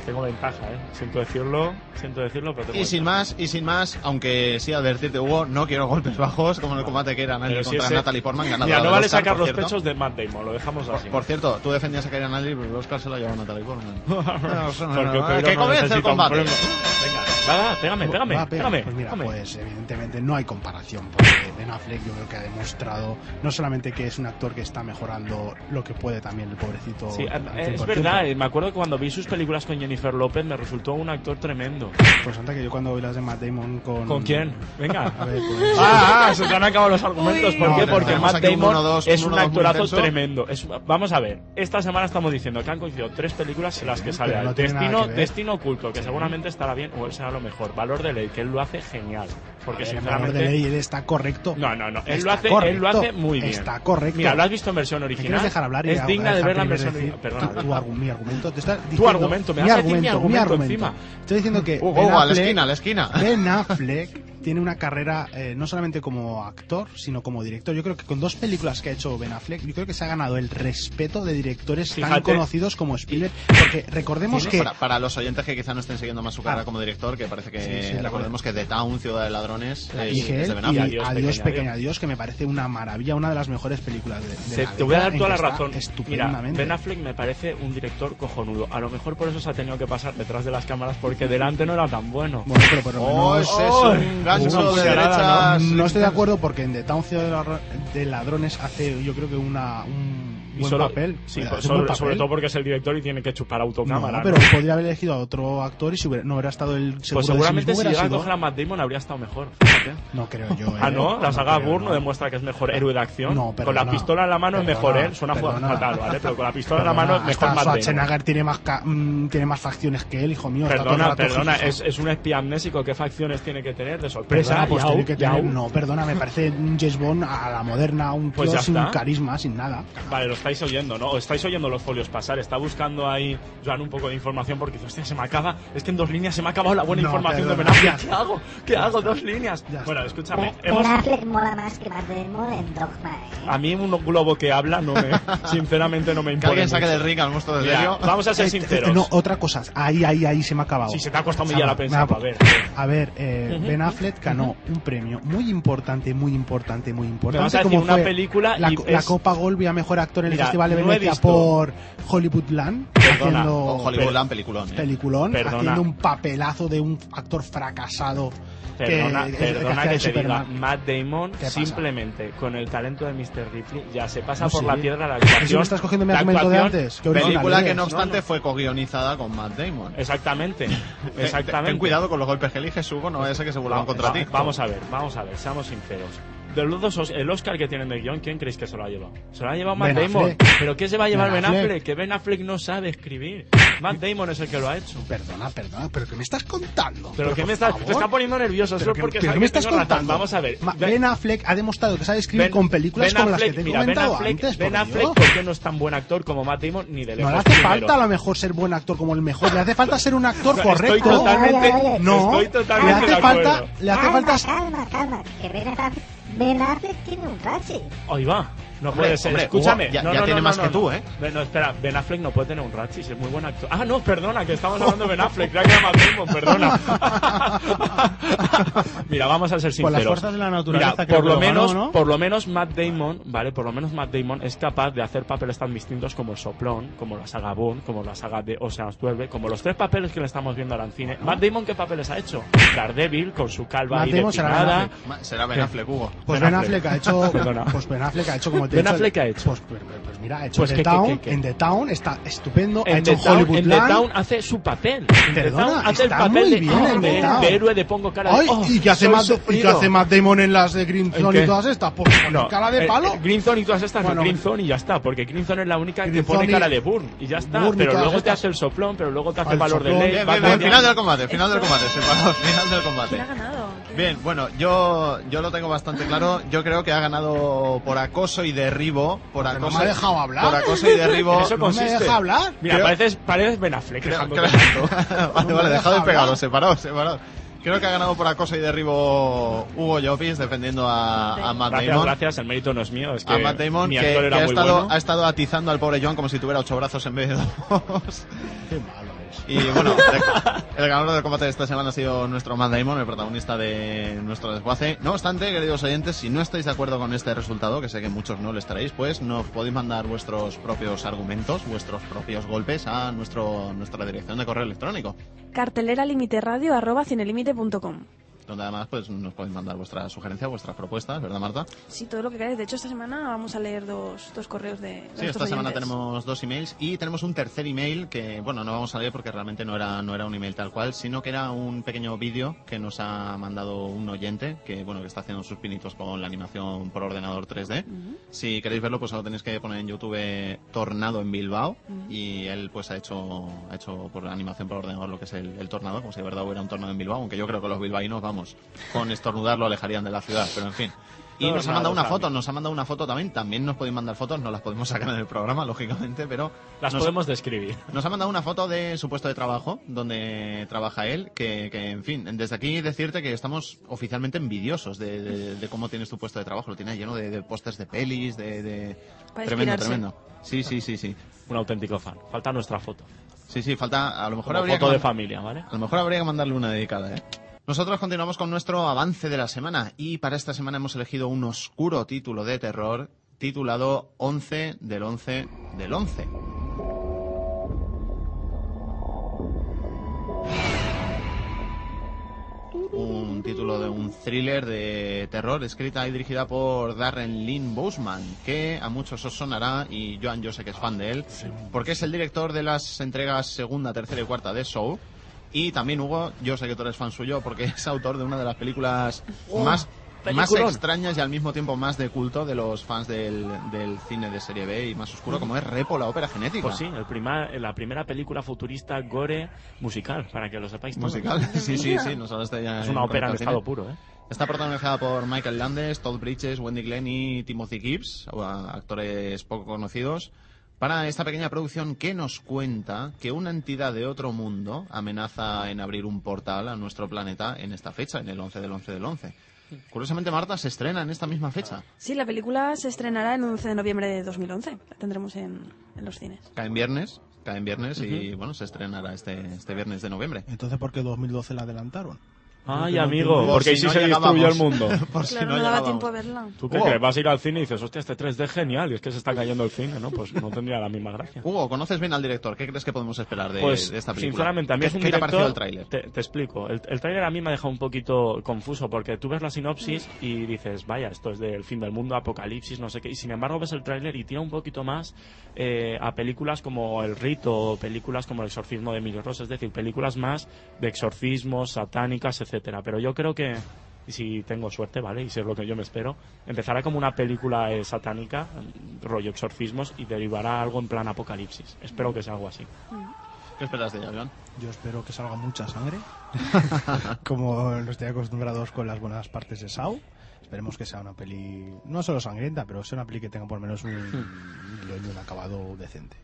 Tengo ventaja, ¿eh? Siento decirlo, siento decirlo, pero tengo
Y sin
ventaja.
más, y sin más, aunque sí advertirte, Hugo, no quiero golpes bajos, como en el combate que era Natalie
Pero si
contra
ese-
Natalie Portman, ganadora
Mira, no
del
vale
Oscar,
sacar
por
los
cierto.
pechos de Matt Damon, lo dejamos así.
Por, por cierto, tú defendías a Karen Natalie, pero el Oscar se lo llevó Natalie Portman. No, eso no,
Porque
no,
Oteiro
que
no
comience el
necesita un
combate.
premio. Venga, va, va, pégame, pégame,
Va, pega.
pégame.
Pues mira,
pégame.
pues evidentemente no hay comparación, porque Ben Affleck yo creo que ha demostrado no solamente que es un actor que está mejorando lo que puede también el pobrecito.
Sí,
al
eh, es
100%.
verdad, eh, me acuerdo que cuando vi sus películas con Jennifer López me resultó un actor tremendo.
Pues anda que yo cuando vi las de Matt Damon con...
¿Con quién? Venga.
Mm. A ver, pues-
Ah, ah, se te han acabado los argumentos.
Uy.
¿Por
No,
qué?
no,
Porque
tenemos
Matt
aquí un
Damon
1-2,
es
un
un
1-2 muy
actorazo
intenso.
tremendo. Es- vamos a ver, esta semana estamos diciendo que han coincidido tres películas en las que sale
pero
él.
no tiene nada
Destino,
que ver.
Destino Oculto, que seguramente estará bien o él será lo mejor. Valor de Ley, que él lo hace genial. Porque
A ver, en valor
sinceramente...
de ley, él está correcto.
No, no, no. Él
Está
lo, hace,
correcto.
él lo hace muy bien.
Está correcto.
Mira, lo has visto en versión original.
¿Me quieres dejar hablar? y
es
a-
digna de
dejar
ver la
primero
versión
decir
original. Perdona.
tu- tu argu- mi argumento. Te estás diciendo,
argumento, me vas a decir mi argumento encima.
Estoy diciendo que
Hugo,
Ben
Hugo, a la
Affleck-
esquina, a la esquina.
Ben Affleck tiene una carrera eh, no solamente como actor, sino como director. Yo creo que con dos películas que ha hecho Ben Affleck, yo creo que se ha ganado el respeto de directores
Fíjate.
tan conocidos como Spielberg. Porque recordemos
Tiene-
que...
Para, para los oyentes que quizá no estén siguiendo más su carrera
Ah.
como director, que parece que
Sí, sí, la
recordemos que The Town, Ciudad de Ladrones, eh, es,
Dije
es de
él,
Ben
y
Affleck.
Adiós,
Adiós,
Pequeño
Pequeño Adiós, que me parece una maravilla, una de las mejores películas de, de
Se-
la
te voy a
década,
dar
en
toda
que
la
está
razón. Mira,
Estupendamente.
Ben Affleck me parece un director cojonudo. A lo mejor por eso se ha tenido que pasar detrás de las cámaras porque delante no era tan bueno.
Bueno, pero por lo
Oh,
menos-
ese es un
Una
gancho de
pulserada,
derechas.
¿no? No estoy de acuerdo porque en The Town Ciudad de Ladro- de Ladrones hace, yo creo que una, un
Y
buen
solo-
papel.
Sí,
Hace
pues,
un buen
sobre,
papel.
sobre todo porque es el director y tiene que chupar
No,
autocámara.
pero
¿no?
podría haber elegido a otro actor y si hubiera, no hubiera estado el seguro
Pues seguramente
de sí mismo,
si
hubiera
llegara a
sido-
coger a Matt Damon habría estado mejor.
No creo yo.
Ah,
eh.
no, la saga
creo,
Burr no
no.
demuestra que es mejor héroe de acción.
No,
con la
perdona.
pistola en la mano es mejor
Perdona,
él. Suena
perdona.
fatal, ¿vale? Pero con la pistola en la
Perdona,
mano es mejor
hasta
Matt Damon.
Schwarzenegger tiene más, ca- mm, tiene más facciones que él, hijo mío. está todo el
Perdona,
rato
perdona,
jiji.
es, es un espía amnésico. ¿Qué facciones tiene que tener de sorpresa?
Perdona, pues
Yau,
tiene que tener-
yau.
No, perdona, me parece un James Bond a la moderna, un tío
Pues ya
sin
está.
carisma, sin nada.
Vale, lo estáis oyendo, ¿no? O estáis oyendo los folios pasar. Está buscando ahí, Joan, un poco de información porque dice, hostia, se me acaba. Es que en dos líneas se me ha acabado la buena
No,
información de
perdona,
homenaje.
ya
¿Qué
está.
hago? ¿Qué hago? Dos líneas.
Ya
Bueno,
está.
escúchame.
Ben
Hemos... Ah,
Affleck mola más que McDermott en Dogma, ¿eh?
A mí un globo que habla no me, sinceramente no me
Que
importa.
alguien saque del ring al monstruo de serio.
vamos a ser sinceros.
Este, No, otra cosa. Ahí, ahí, ahí se me ha acabado.
Si se te ha costado millar la
Chava,
pensar,
me
a
ha-
ver.
A ver, eh,
Ujú.
Ben Affleck ganó un premio muy importante, muy importante, muy importante.
vas a decir
como
una
fue
película
la,
y
co-
es-
la Copa Golby a mejor actor en
Mira,
el Festival de
no he
Venecia
visto-
por Hollywoodland,
Perdona,
haciendo
Oh, Hollywood Land, peliculón. eh.
peliculón,
Perdona.
haciendo un papelazo de un actor fracasado. que-
Perdona,
que-
perdona
hacía
que
de
te diga,
Superman.
Matt Damon
¿Qué pasa?
simplemente con el talento de Mr. Ripley ya se pasa
No
por
sé.
la piedra la
Pero si
actuación.
me estás cogiendo mi
La
argumento de
actuación-
antes. que original
Película que
eres.
no obstante fue coguionizada con Matt Damon.
Exactamente,
Ten-
exactamente.
Ten cuidado con los golpes que eliges, Hugo, no vaya a ser que se vuelvan
Vamos-
contra ti.
Vamos a ver, vamos a ver, seamos sinceros. de los dos, os- el Oscar que tienen de guión, ¿quién creéis que se lo ha llevado? Se lo ha llevado Matt
Ben
Damon.
Affleck.
¿Pero qué se va a llevar
Ben
Ben
Affleck.
Affleck? Que Ben Affleck no sabe escribir. Matt Damon es el que lo ha hecho.
Perdona, perdona, pero ¿qué me estás contando?
Pero que
por
me estás,
favor.
te está poniendo nervioso
¿Pero
solo
qué-
porque
pero
sabe
qué me
que
estás
tengo razón.
contando?
Vamos a ver.
Ma-
Ben-
Ben Affleck ha demostrado que sabe escribir
Ben-
con películas
Ben
como las
Affleck-
que te he
mira, Ben
comentado
Affleck-
antes.
Ben
por
Affleck,
Dios.
¿por qué no es tan buen actor como Matt Damon ni de
No
lejos?
le hace
primero?
falta a lo mejor ser buen actor como el mejor, le hace falta ser un actor
Estoy
correcto.
totalmente,
no,
estoy
le
totalmente de
hace
acuerdo.
falta, le hace
calma,
falta
calma, calma, que Ben Affleck, Ben Affleck tiene un rache.
Ahí va. No
Hombre,
puede ser.
hombre,
Escúchame.
Hugo, ya-
no,
ya
no,
tiene
no,
más
no,
que
no.
tú, ¿eh?
Ben- no, espera. Ben Affleck no puede tener un Ratchis. Es muy buen actor. Ah, no, perdona, que estamos hablando de Ben Affleck. Crack de Matt Damon, perdona. Mira, vamos a ser
Por
sinceros.
las fuerzas de la naturaleza
Mira,
creo
por
que
lo
lo ganó,
menos,
¿no?
por lo menos Matt Damon, ¿vale? Por lo menos Matt Damon es capaz de hacer papeles tan distintos como El Soplón, como la saga Boone, como la saga de Ocean's 12, como los tres papeles que le estamos viendo ahora en cine. Matt Damon, ¿qué papeles ha hecho? Daredevil, con su calva
Matt
y
Damon será Ben
depilada.
Affleck.
Ma- Será Ben
¿Qué?
Affleck, Hugo.
Pues
Ben
Ben
Affleck.
Affleck ha hecho.
Perdona.
Pues Ben Affleck ha hecho como te he
Ben
dicho,
Affleck ha hecho.
Pues, pues- pues mira, ha hecho
Pues
The
que- que-
Town.
que- que-
En The Town está estupendo. ha
en
hecho
The Town,
Hollywood
en The
Land.
Town hace su papel. En The
Perdona,
Town hace el
está
papel
muy
de,
bien en
de-
The Town.
de héroe de pongo cara de
Ay,
"Oh,
¿y, qué hace
soy
Matt, ¿Y qué
sufrido".
hace Matt Damon en las de Green
¿En
Zone
qué?
y todas estas? Pues con
No,
cara de
eh,
palo.
eh, Green Zone y todas estas, no,
Bueno,
Green Zone y ya está, porque Green Zone es la única que
Green
pone
Zone y-
cara de burn y ya está,
Bourne y
pero
todas
luego te
estas.
hace el soplón, pero luego te hace
Al
valor de
soplón.
ley.
Bien,
va
bien, bien,
cambiando.
final del combate, final del
Esto-
combate, se paró, final del combate.
¿Quién ha ganado? ¿Qué-
Bien, bueno, yo, yo lo tengo bastante claro. Yo creo que ha ganado por acoso y derribo. Por
Pero no
acoso,
me ha dejado hablar.
Por acoso y derribo.
Eso
¿No me
consiste.
deja hablar?
Mira,
Creo-
pareces, pareces Ben Affleck.
Creo-
dejando
creo-
de-
vale,
No
vale, dejado
me
de
deja
pegarlo,
hablar.
separado, separado. Creo que ha ganado por acoso y derribo Hugo Llopis, defendiendo a, a Matt
Gracias,
Damon.
gracias, el mérito no es mío, es que
A Matt Damon,
mi
que,
actor
que
era
ha,
muy
estado,
bueno.
ha estado atizando al pobre John como si tuviera ocho brazos en vez de dos.
Qué malo es.
Y bueno, de- el ganador del combate de esta semana ha sido nuestro Matt Damon, el protagonista de nuestro desguace. No obstante, queridos oyentes, si no estáis de acuerdo con este resultado, que sé que muchos no lo estaréis, pues nos podéis mandar vuestros propios argumentos, vuestros propios golpes a nuestro, nuestra dirección de correo electrónico.
Cartelera limiterradio arroba cinelimite.com.
Donde además pues nos podéis mandar vuestras sugerencias, vuestras propuestas, ¿verdad Marta?
Sí, todo lo que queráis. De hecho, esta semana vamos a leer dos, dos correos de. de
Sí,
nuestros
esta semana
oyentes.
tenemos dos emails y tenemos un tercer email que, bueno, no vamos a leer porque realmente no era, no era un email tal cual, sino que era un pequeño vídeo que nos ha mandado un oyente que, bueno, que está haciendo sus pinitos con la animación por ordenador 3D. Si queréis verlo, pues lo tenéis que poner en YouTube Tornado en Bilbao y él pues ha hecho, ha hecho por animación por ordenador lo que es el, el tornado, como si de verdad hubiera un tornado en Bilbao, aunque yo creo que los bilbaínos, vamos, con estornudar lo alejarían de la ciudad, pero en fin. Y nos ha
Tornados,
mandado una foto,
amigo.
nos ha mandado una foto también. También nos podéis mandar fotos, no las podemos sacar en el programa, lógicamente, pero
Las
nos,
podemos describir.
nos ha mandado una foto de su puesto de trabajo, donde trabaja él, que, que, en fin, desde aquí decirte que estamos oficialmente envidiosos de, de- de cómo tienes tu puesto de trabajo. Lo tienes lleno de, de pósters de pelis, de... de-
Para
Tremendo,
inspirarse.
tremendo. Sí, sí, sí, sí.
Un auténtico fan. Falta nuestra foto.
Sí, sí, falta... A lo mejor
Como
habría que
foto de
mand-
familia, ¿vale?
A lo mejor habría que mandarle una dedicada, ¿eh? Nosotros continuamos con nuestro avance de la semana y para esta semana hemos elegido un oscuro título de terror titulado 11 del 11 del 11. Un título de un thriller de terror escrita y dirigida por Darren Lynn Bousman, que a muchos os sonará y Joan yo sé que es fan de él, porque es el director de las entregas segunda, tercera y cuarta de Show. Y también Hugo, yo sé que tú eres fan suyo porque es autor de una de las películas más, más
Oh, peliculón.
extrañas y al mismo tiempo más de culto de los fans del, del cine de serie B y más oscuro como es Repo, la ópera genética.
Mm. Pues sí, el prima- la primera película futurista gore musical, para que lo sepáis todos.
Musical. Sí, sí, sí. nos hablaste ya
Es una ópera en
Conectado
estado
Cine.
puro, ¿eh?
Está protagonizada por Michael Landes, Todd Bridges, Wendy Glenn y Timothy Gibbs, o- actores poco conocidos, para esta pequeña producción que nos cuenta que una entidad de otro mundo amenaza en abrir un portal a nuestro planeta en esta fecha, en el 11 del 11 del 11. Curiosamente, Marta se estrena en esta misma fecha.
Sí, la película se estrenará el 11 de noviembre de 2011. La tendremos en, en los cines.
Cae en viernes, cae en viernes y bueno, se estrenará este, este viernes de noviembre.
Entonces, ¿por qué 2012 la adelantaron?
Ay,
no
amigo,
entiendo.
porque ahí
Si
sí
no
se
llegábamos.
destruyó el mundo.
Por si
claro,
no
no, daba
llegábamos.
tiempo a verla.
¿Tú qué
Wow.
crees? Vas a ir al cine y dices, hostia, este 3D es genial, y es que se está cayendo el cine, ¿no? Pues no tendría la misma gracia.
Hugo, conoces bien al director. ¿Qué crees que podemos esperar de,
Pues,
de esta película?
sinceramente, a mí
¿Qué,
es un
qué te ha
director...
parecido el tráiler?
Te, te explico. El, el tráiler a mí me ha dejado un poquito confuso, porque tú ves la sinopsis y dices, vaya, esto es del fin del mundo, apocalipsis, no sé qué. Y sin embargo ves el tráiler y tira un poquito más eh, a películas como El Rito, o películas como El Exorcismo de Emilio Ross, es decir, películas más de exorcismos, satánicas, etcétera. Pero yo creo que y si tengo suerte, ¿vale? Y si es lo que yo me espero, empezará como una película eh, satánica, rollo exorcismos, y derivará algo en plan apocalipsis. Espero que sea algo así.
¿Qué esperas de ella, Joan?
Yo espero que salga mucha sangre, como nos estoy acostumbrados con las buenas partes de Sao. Esperemos que sea una peli, no solo sangrienta, pero sea una peli que tenga por lo menos un, un guion y un acabado decente.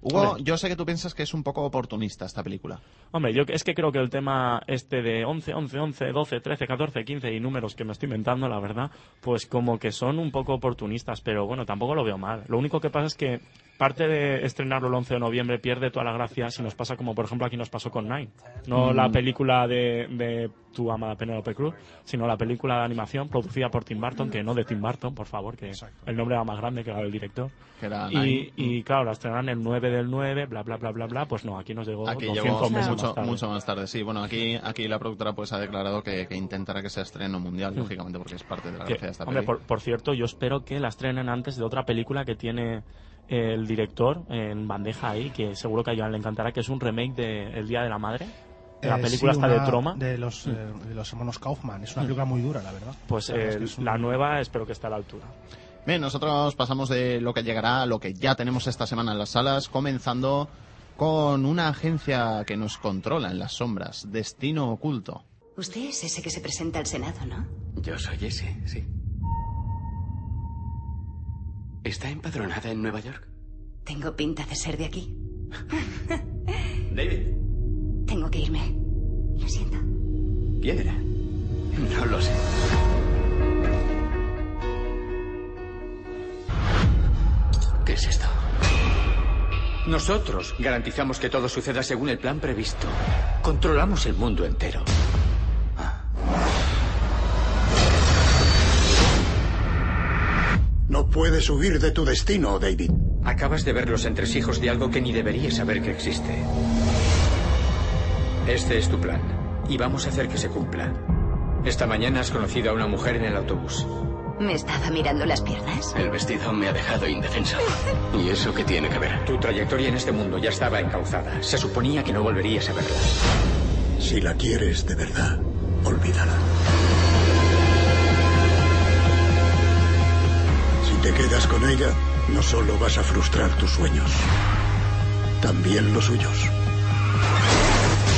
Hugo,
Hombre.
yo sé que tú piensas que es un poco oportunista esta película.
Hombre, yo es que creo que el tema este de 11, 11, 11, 12, 13, 14, 15 y números que me estoy inventando, la verdad, pues como que son un poco oportunistas, pero bueno, tampoco lo veo mal. Lo único que pasa es que parte de estrenarlo el 11 de noviembre pierde toda la gracia si nos pasa como por ejemplo aquí nos pasó con Nine. No la película de, de tu amada Penélope Cruz, sino la película de animación producida por Tim Burton, que no de Tim Burton, por favor, que el nombre era más grande que era del director.
Que era
Y,
Nine.
y claro, la estrenan el 9 del 9, bla, bla, bla, bla, bla, pues no, aquí nos llegó
Aquí
200
llegó
meses
mucho
más tarde.
mucho más tarde, sí. Bueno, aquí, aquí la productora pues ha declarado que, que intentará que sea estreno mundial, lógicamente, porque es parte de la
Mm. Que-
gracia de esta
hombre,
película.
por, por cierto, yo espero que la estrenen antes de otra película que tiene el director en bandeja ahí, que seguro que a Joan le encantará, que es un remake de El Día de la Madre. La
Eh,
película
sí,
está de
una
Troma.
De los, eh, de los hermanos Kaufman. Es una película muy dura, la verdad.
Pues
La verdad es
eh,
que es un-
la nueva espero que esté a la altura.
Bien, nosotros pasamos de lo que llegará a lo que ya tenemos esta semana en las salas, comenzando con una agencia que nos controla en las sombras, Destino Oculto.
Usted es ese que se presenta al Senado, ¿no?
Yo soy ese, sí. ¿Está empadronada en Nueva York?
Tengo pinta de ser de aquí.
David,
Tengo que irme. Lo siento.
¿quién era? No lo sé. ¿Qué es esto? Nosotros garantizamos que todo suceda según el plan previsto. Controlamos el mundo entero.
No puedes huir de tu destino, David.
Acabas de ver los entresijos de algo que ni deberías saber que existe. Este es tu plan y vamos a hacer que se cumpla. Esta mañana has conocido a una mujer en el autobús.
¿Me estaba mirando las piernas?
El vestido me ha dejado indefenso. ¿Y eso qué tiene que ver? Tu trayectoria en este mundo ya estaba encauzada. Se suponía que no volverías a verla.
Si la quieres de verdad, olvídala. Si te quedas con ella, no solo vas a frustrar tus sueños, también los suyos.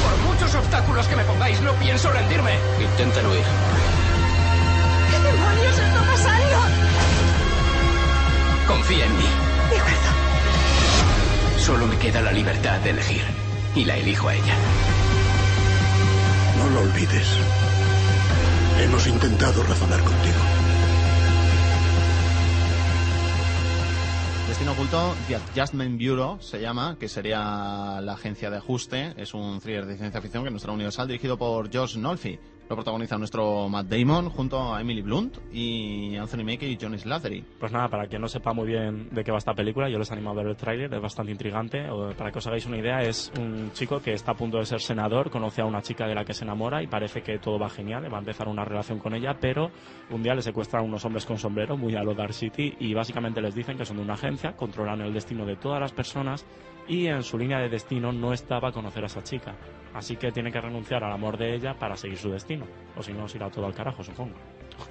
Por muchos obstáculos que me pongáis, no pienso rendirme. Intentan huir.
¡Qué demonios está pasando!
Confía en mí.
De acuerdo.
Solo me queda la libertad de elegir. Y la elijo a ella.
No lo olvides. Hemos intentado razonar contigo.
Destino Oculto, The Adjustment Bureau se llama, que sería la agencia de ajuste. Es un thriller de ciencia ficción que nos trae Universal, dirigido por Josh Nolfi. Lo protagoniza nuestro Matt Damon junto a Emily Blunt y Anthony Mackie y Johnny Slattery.
Pues nada, para quien no sepa muy bien de qué va esta película, yo les animo a ver el tráiler, es bastante intrigante. O, para que os hagáis una idea, es un chico que está a punto de ser senador, conoce a una chica de la que se enamora y parece que todo va genial, va a empezar una relación con ella, pero un día le secuestran unos hombres con sombrero, muy a lo Dark City, y básicamente les dicen que son de una agencia, controlan el destino de todas las personas y en su línea de destino no estaba conocer a esa chica. Así que tiene que renunciar al amor de ella para seguir su destino, o si no, se irá todo al carajo, supongo.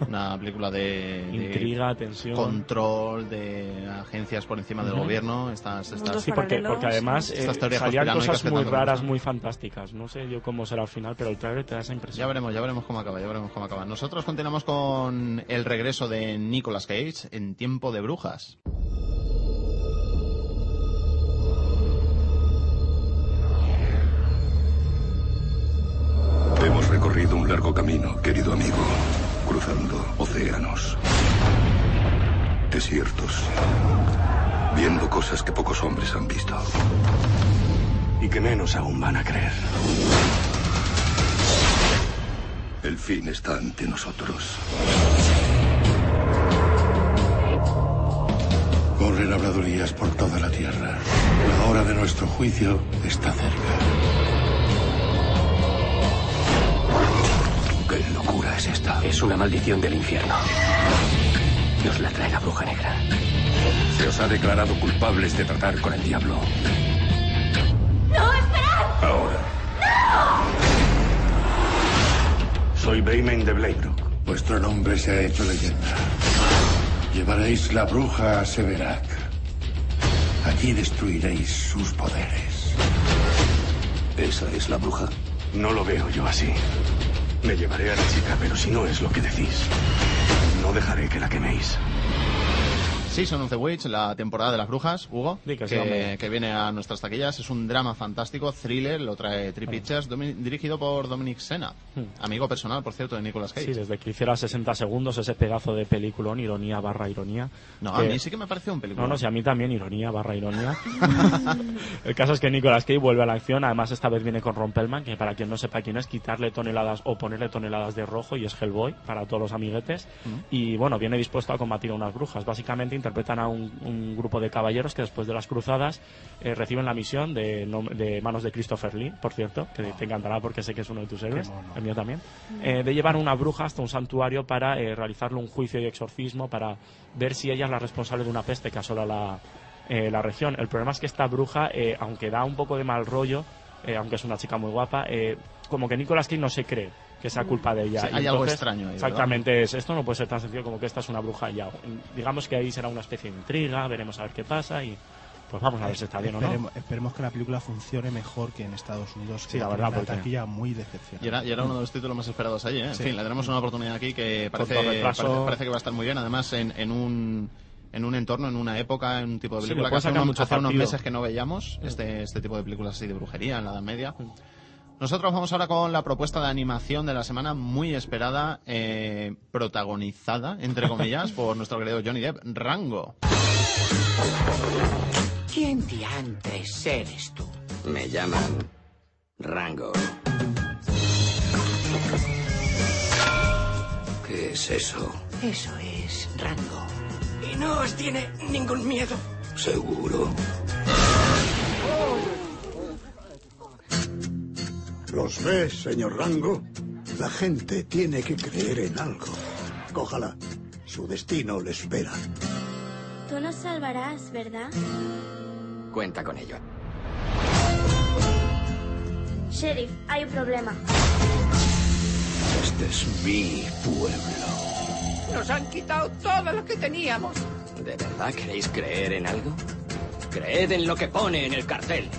Una película de, de
Intriga, tensión.
control, de agencias por encima del
Ujú.
gobierno. Estas, estas-
Mundos
Sí, porque,
paralelos,
porque además
sí.
eh,
Estas teorías
salían
conspiranoicas
cosas
que
muy
tanto nos
raras,
gustan.
muy fantásticas. No sé yo cómo será al final, pero el trailer te da esa
Ya
impresión.
veremos, ya veremos cómo acaba, ya veremos cómo acaba. Nosotros continuamos con el regreso de Nicolas Cage en Tiempo de Brujas.
Hemos recorrido un largo camino, querido amigo, cruzando océanos, desiertos, viendo cosas que pocos hombres han visto. Y que menos aún van a creer. El fin está ante nosotros. Corren habladurías por toda la tierra. La hora de nuestro juicio está cerca.
¿Qué locura es esta? Es una maldición del infierno. Nos la trae la bruja negra.
Se os ha declarado culpables de tratar con el diablo.
¡No, esperad!
Ahora. Soy Bayman de Blaybrook. Vuestro nombre se ha hecho leyenda. Llevaréis la bruja a Severac. Allí destruiréis sus poderes.
¿Esa es la bruja?
No lo veo yo así. Me llevaré a la chica, pero si no es lo que decís, no dejaré que la queméis.
Season of the Witch, la temporada de las brujas, Hugo,
Di que sí,
que,
hombre.
que viene a nuestras taquillas. Es un drama fantástico, thriller, lo trae Three Pictures, domi- dirigido por Dominic Sena,
Hmm.
amigo personal, por cierto, de Nicolas Cage.
Sí, desde que hiciera 60 segundos ese pedazo de peliculón, ironía barra ironía.
no, a
que-
mí sí que me parece un película.
No, no, sí, a mí también, ironía barra ironía. el caso es que Nicolas Cage vuelve a la acción, además esta vez viene con Rompelman, que para quien no sepa quién es, quitarle toneladas o ponerle toneladas de rojo y es Hellboy para todos los amiguetes. Y bueno, viene dispuesto a combatir a unas brujas. Básicamente interpretan a un, un grupo de caballeros que después de las cruzadas eh, reciben la misión de, nom- de manos de Christopher Lee, por cierto, que te encantará porque sé que es uno de tus héroes, el mío también, eh, de llevar una bruja hasta un santuario para eh, realizarle un juicio y exorcismo para ver si ella es la responsable de una peste que asola la, eh, la región. El problema es que esta bruja, eh, aunque da un poco de mal rollo, eh, aunque es una chica muy guapa, eh, como que Nicolas Cage no se cree que sea culpa de ella.
Sí,
Y
hay algo
entonces,
extraño ahí, ¿verdad?
Exactamente, es, esto no puede ser tan sencillo como que esta es una bruja ya. Digamos que ahí será una especie de intriga, veremos a ver qué pasa y pues vamos a ver si está bien o no.
Esperemos, esperemos que la película funcione mejor que en Estados Unidos. que
Sí, la
tiene
verdad,
una
porque-
taquilla muy decepcionante.
Y era, y era uno de los títulos más esperados allí, ¿eh? En
Sí.
fin, le tenemos una oportunidad aquí que
Con
parece,
todo retraso.
parece, parece que va a estar muy bien. Además, en, en un en un entorno, en una época, en un tipo de
Sí,
película
le
que
puede
hace,
sacar
unos-
mucho
hace unos
partido.
meses que no veíamos, este, este tipo de películas así de brujería en la Edad Media. Nosotros vamos ahora con la propuesta de animación de la semana, muy esperada, eh, protagonizada, entre comillas, por nuestro querido Johnny Depp, Rango.
¿Quién diantres eres tú?
Me llaman Rango. ¿Qué es eso?
Eso es rango.
Y no os tiene ningún miedo. Seguro.
¿Los ves, señor Rango? La gente tiene que creer en algo. Cójala. Su destino le espera.
Tú nos salvarás, ¿verdad?
Cuenta con ello.
Sheriff, hay un problema.
Este es mi pueblo.
Nos han quitado todo lo que teníamos.
¿De verdad queréis creer en algo? Creed en lo que pone en el cartel.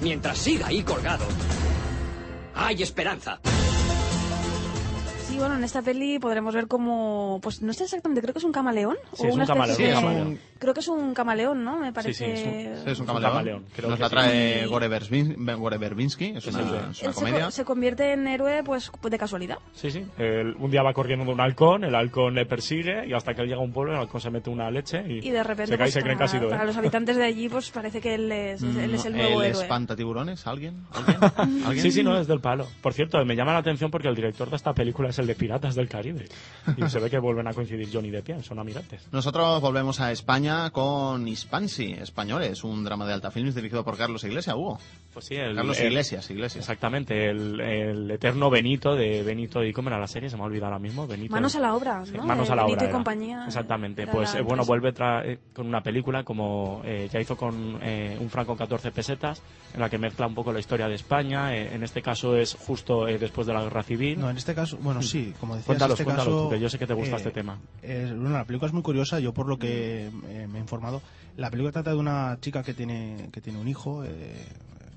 Mientras siga ahí colgado, hay esperanza.
Sí, bueno, en esta peli podremos ver como, pues no sé exactamente, creo que es un camaleón.
Sí, es un
una especie de-
camaleón, sí, es un camaleón.
Creo que es un camaleón, ¿no? Me parece.
Sí, es un
un
camaleón.
camaleón, creo
Nos
que
la
sí.
trae Gore Verbin- Gore Verbinski, es una, es una
Él se,
comedia.
co- se convierte en héroe, pues, de casualidad.
Sí, sí. El- un día va corriendo de un halcón, el halcón le persigue y hasta que llega a un pueblo, el halcón se mete una leche y,
Y de repente,
se cae y
pues,
se creen
para,
casi dos. ¿eh? Mm,
para los habitantes de allí, pues parece que él es, él es el nuevo héroe.
espanta tiburones? Mm, ¿Alguien? ¿Alguien? ¿Alguien?
Sí, sí, no, es del palo. Por cierto, me llama la atención porque el director de esta película es el de Piratas del Caribe. Y se ve que vuelven a coincidir Johnny Depp y Anson Amirantes.
Nosotros volvemos a España con Hispansi, Españoles, un drama de Alta Films dirigido por Carlos Iglesias, Hugo.
Pues sí, el,
Carlos
el-
Iglesias, Iglesias.
Exactamente, el, el eterno Benito de Benito y cómo era la serie, se me ha olvidado ahora mismo. Benito,
Manos a la obra,
Sí,
¿no?
Manos
De
a la
Benito
obra.
y
era.
compañía.
Exactamente,
era
pues
la
eh, bueno,
empresa.
vuelve tra- eh, con una película como eh, ya hizo con eh, un franco 14 pesetas, en la que mezcla un poco la historia de España. eh, en este caso es justo eh, después de la guerra civil.
No, en este caso, bueno, sí, como decías,
Cuéntalos,
este
cuéntalos,
caso,
porque yo sé que te gusta
eh,
este tema.
es- bueno, la película es muy curiosa, yo por lo que eh, me he informado, la película trata de una chica que tiene, que tiene un hijo, eh,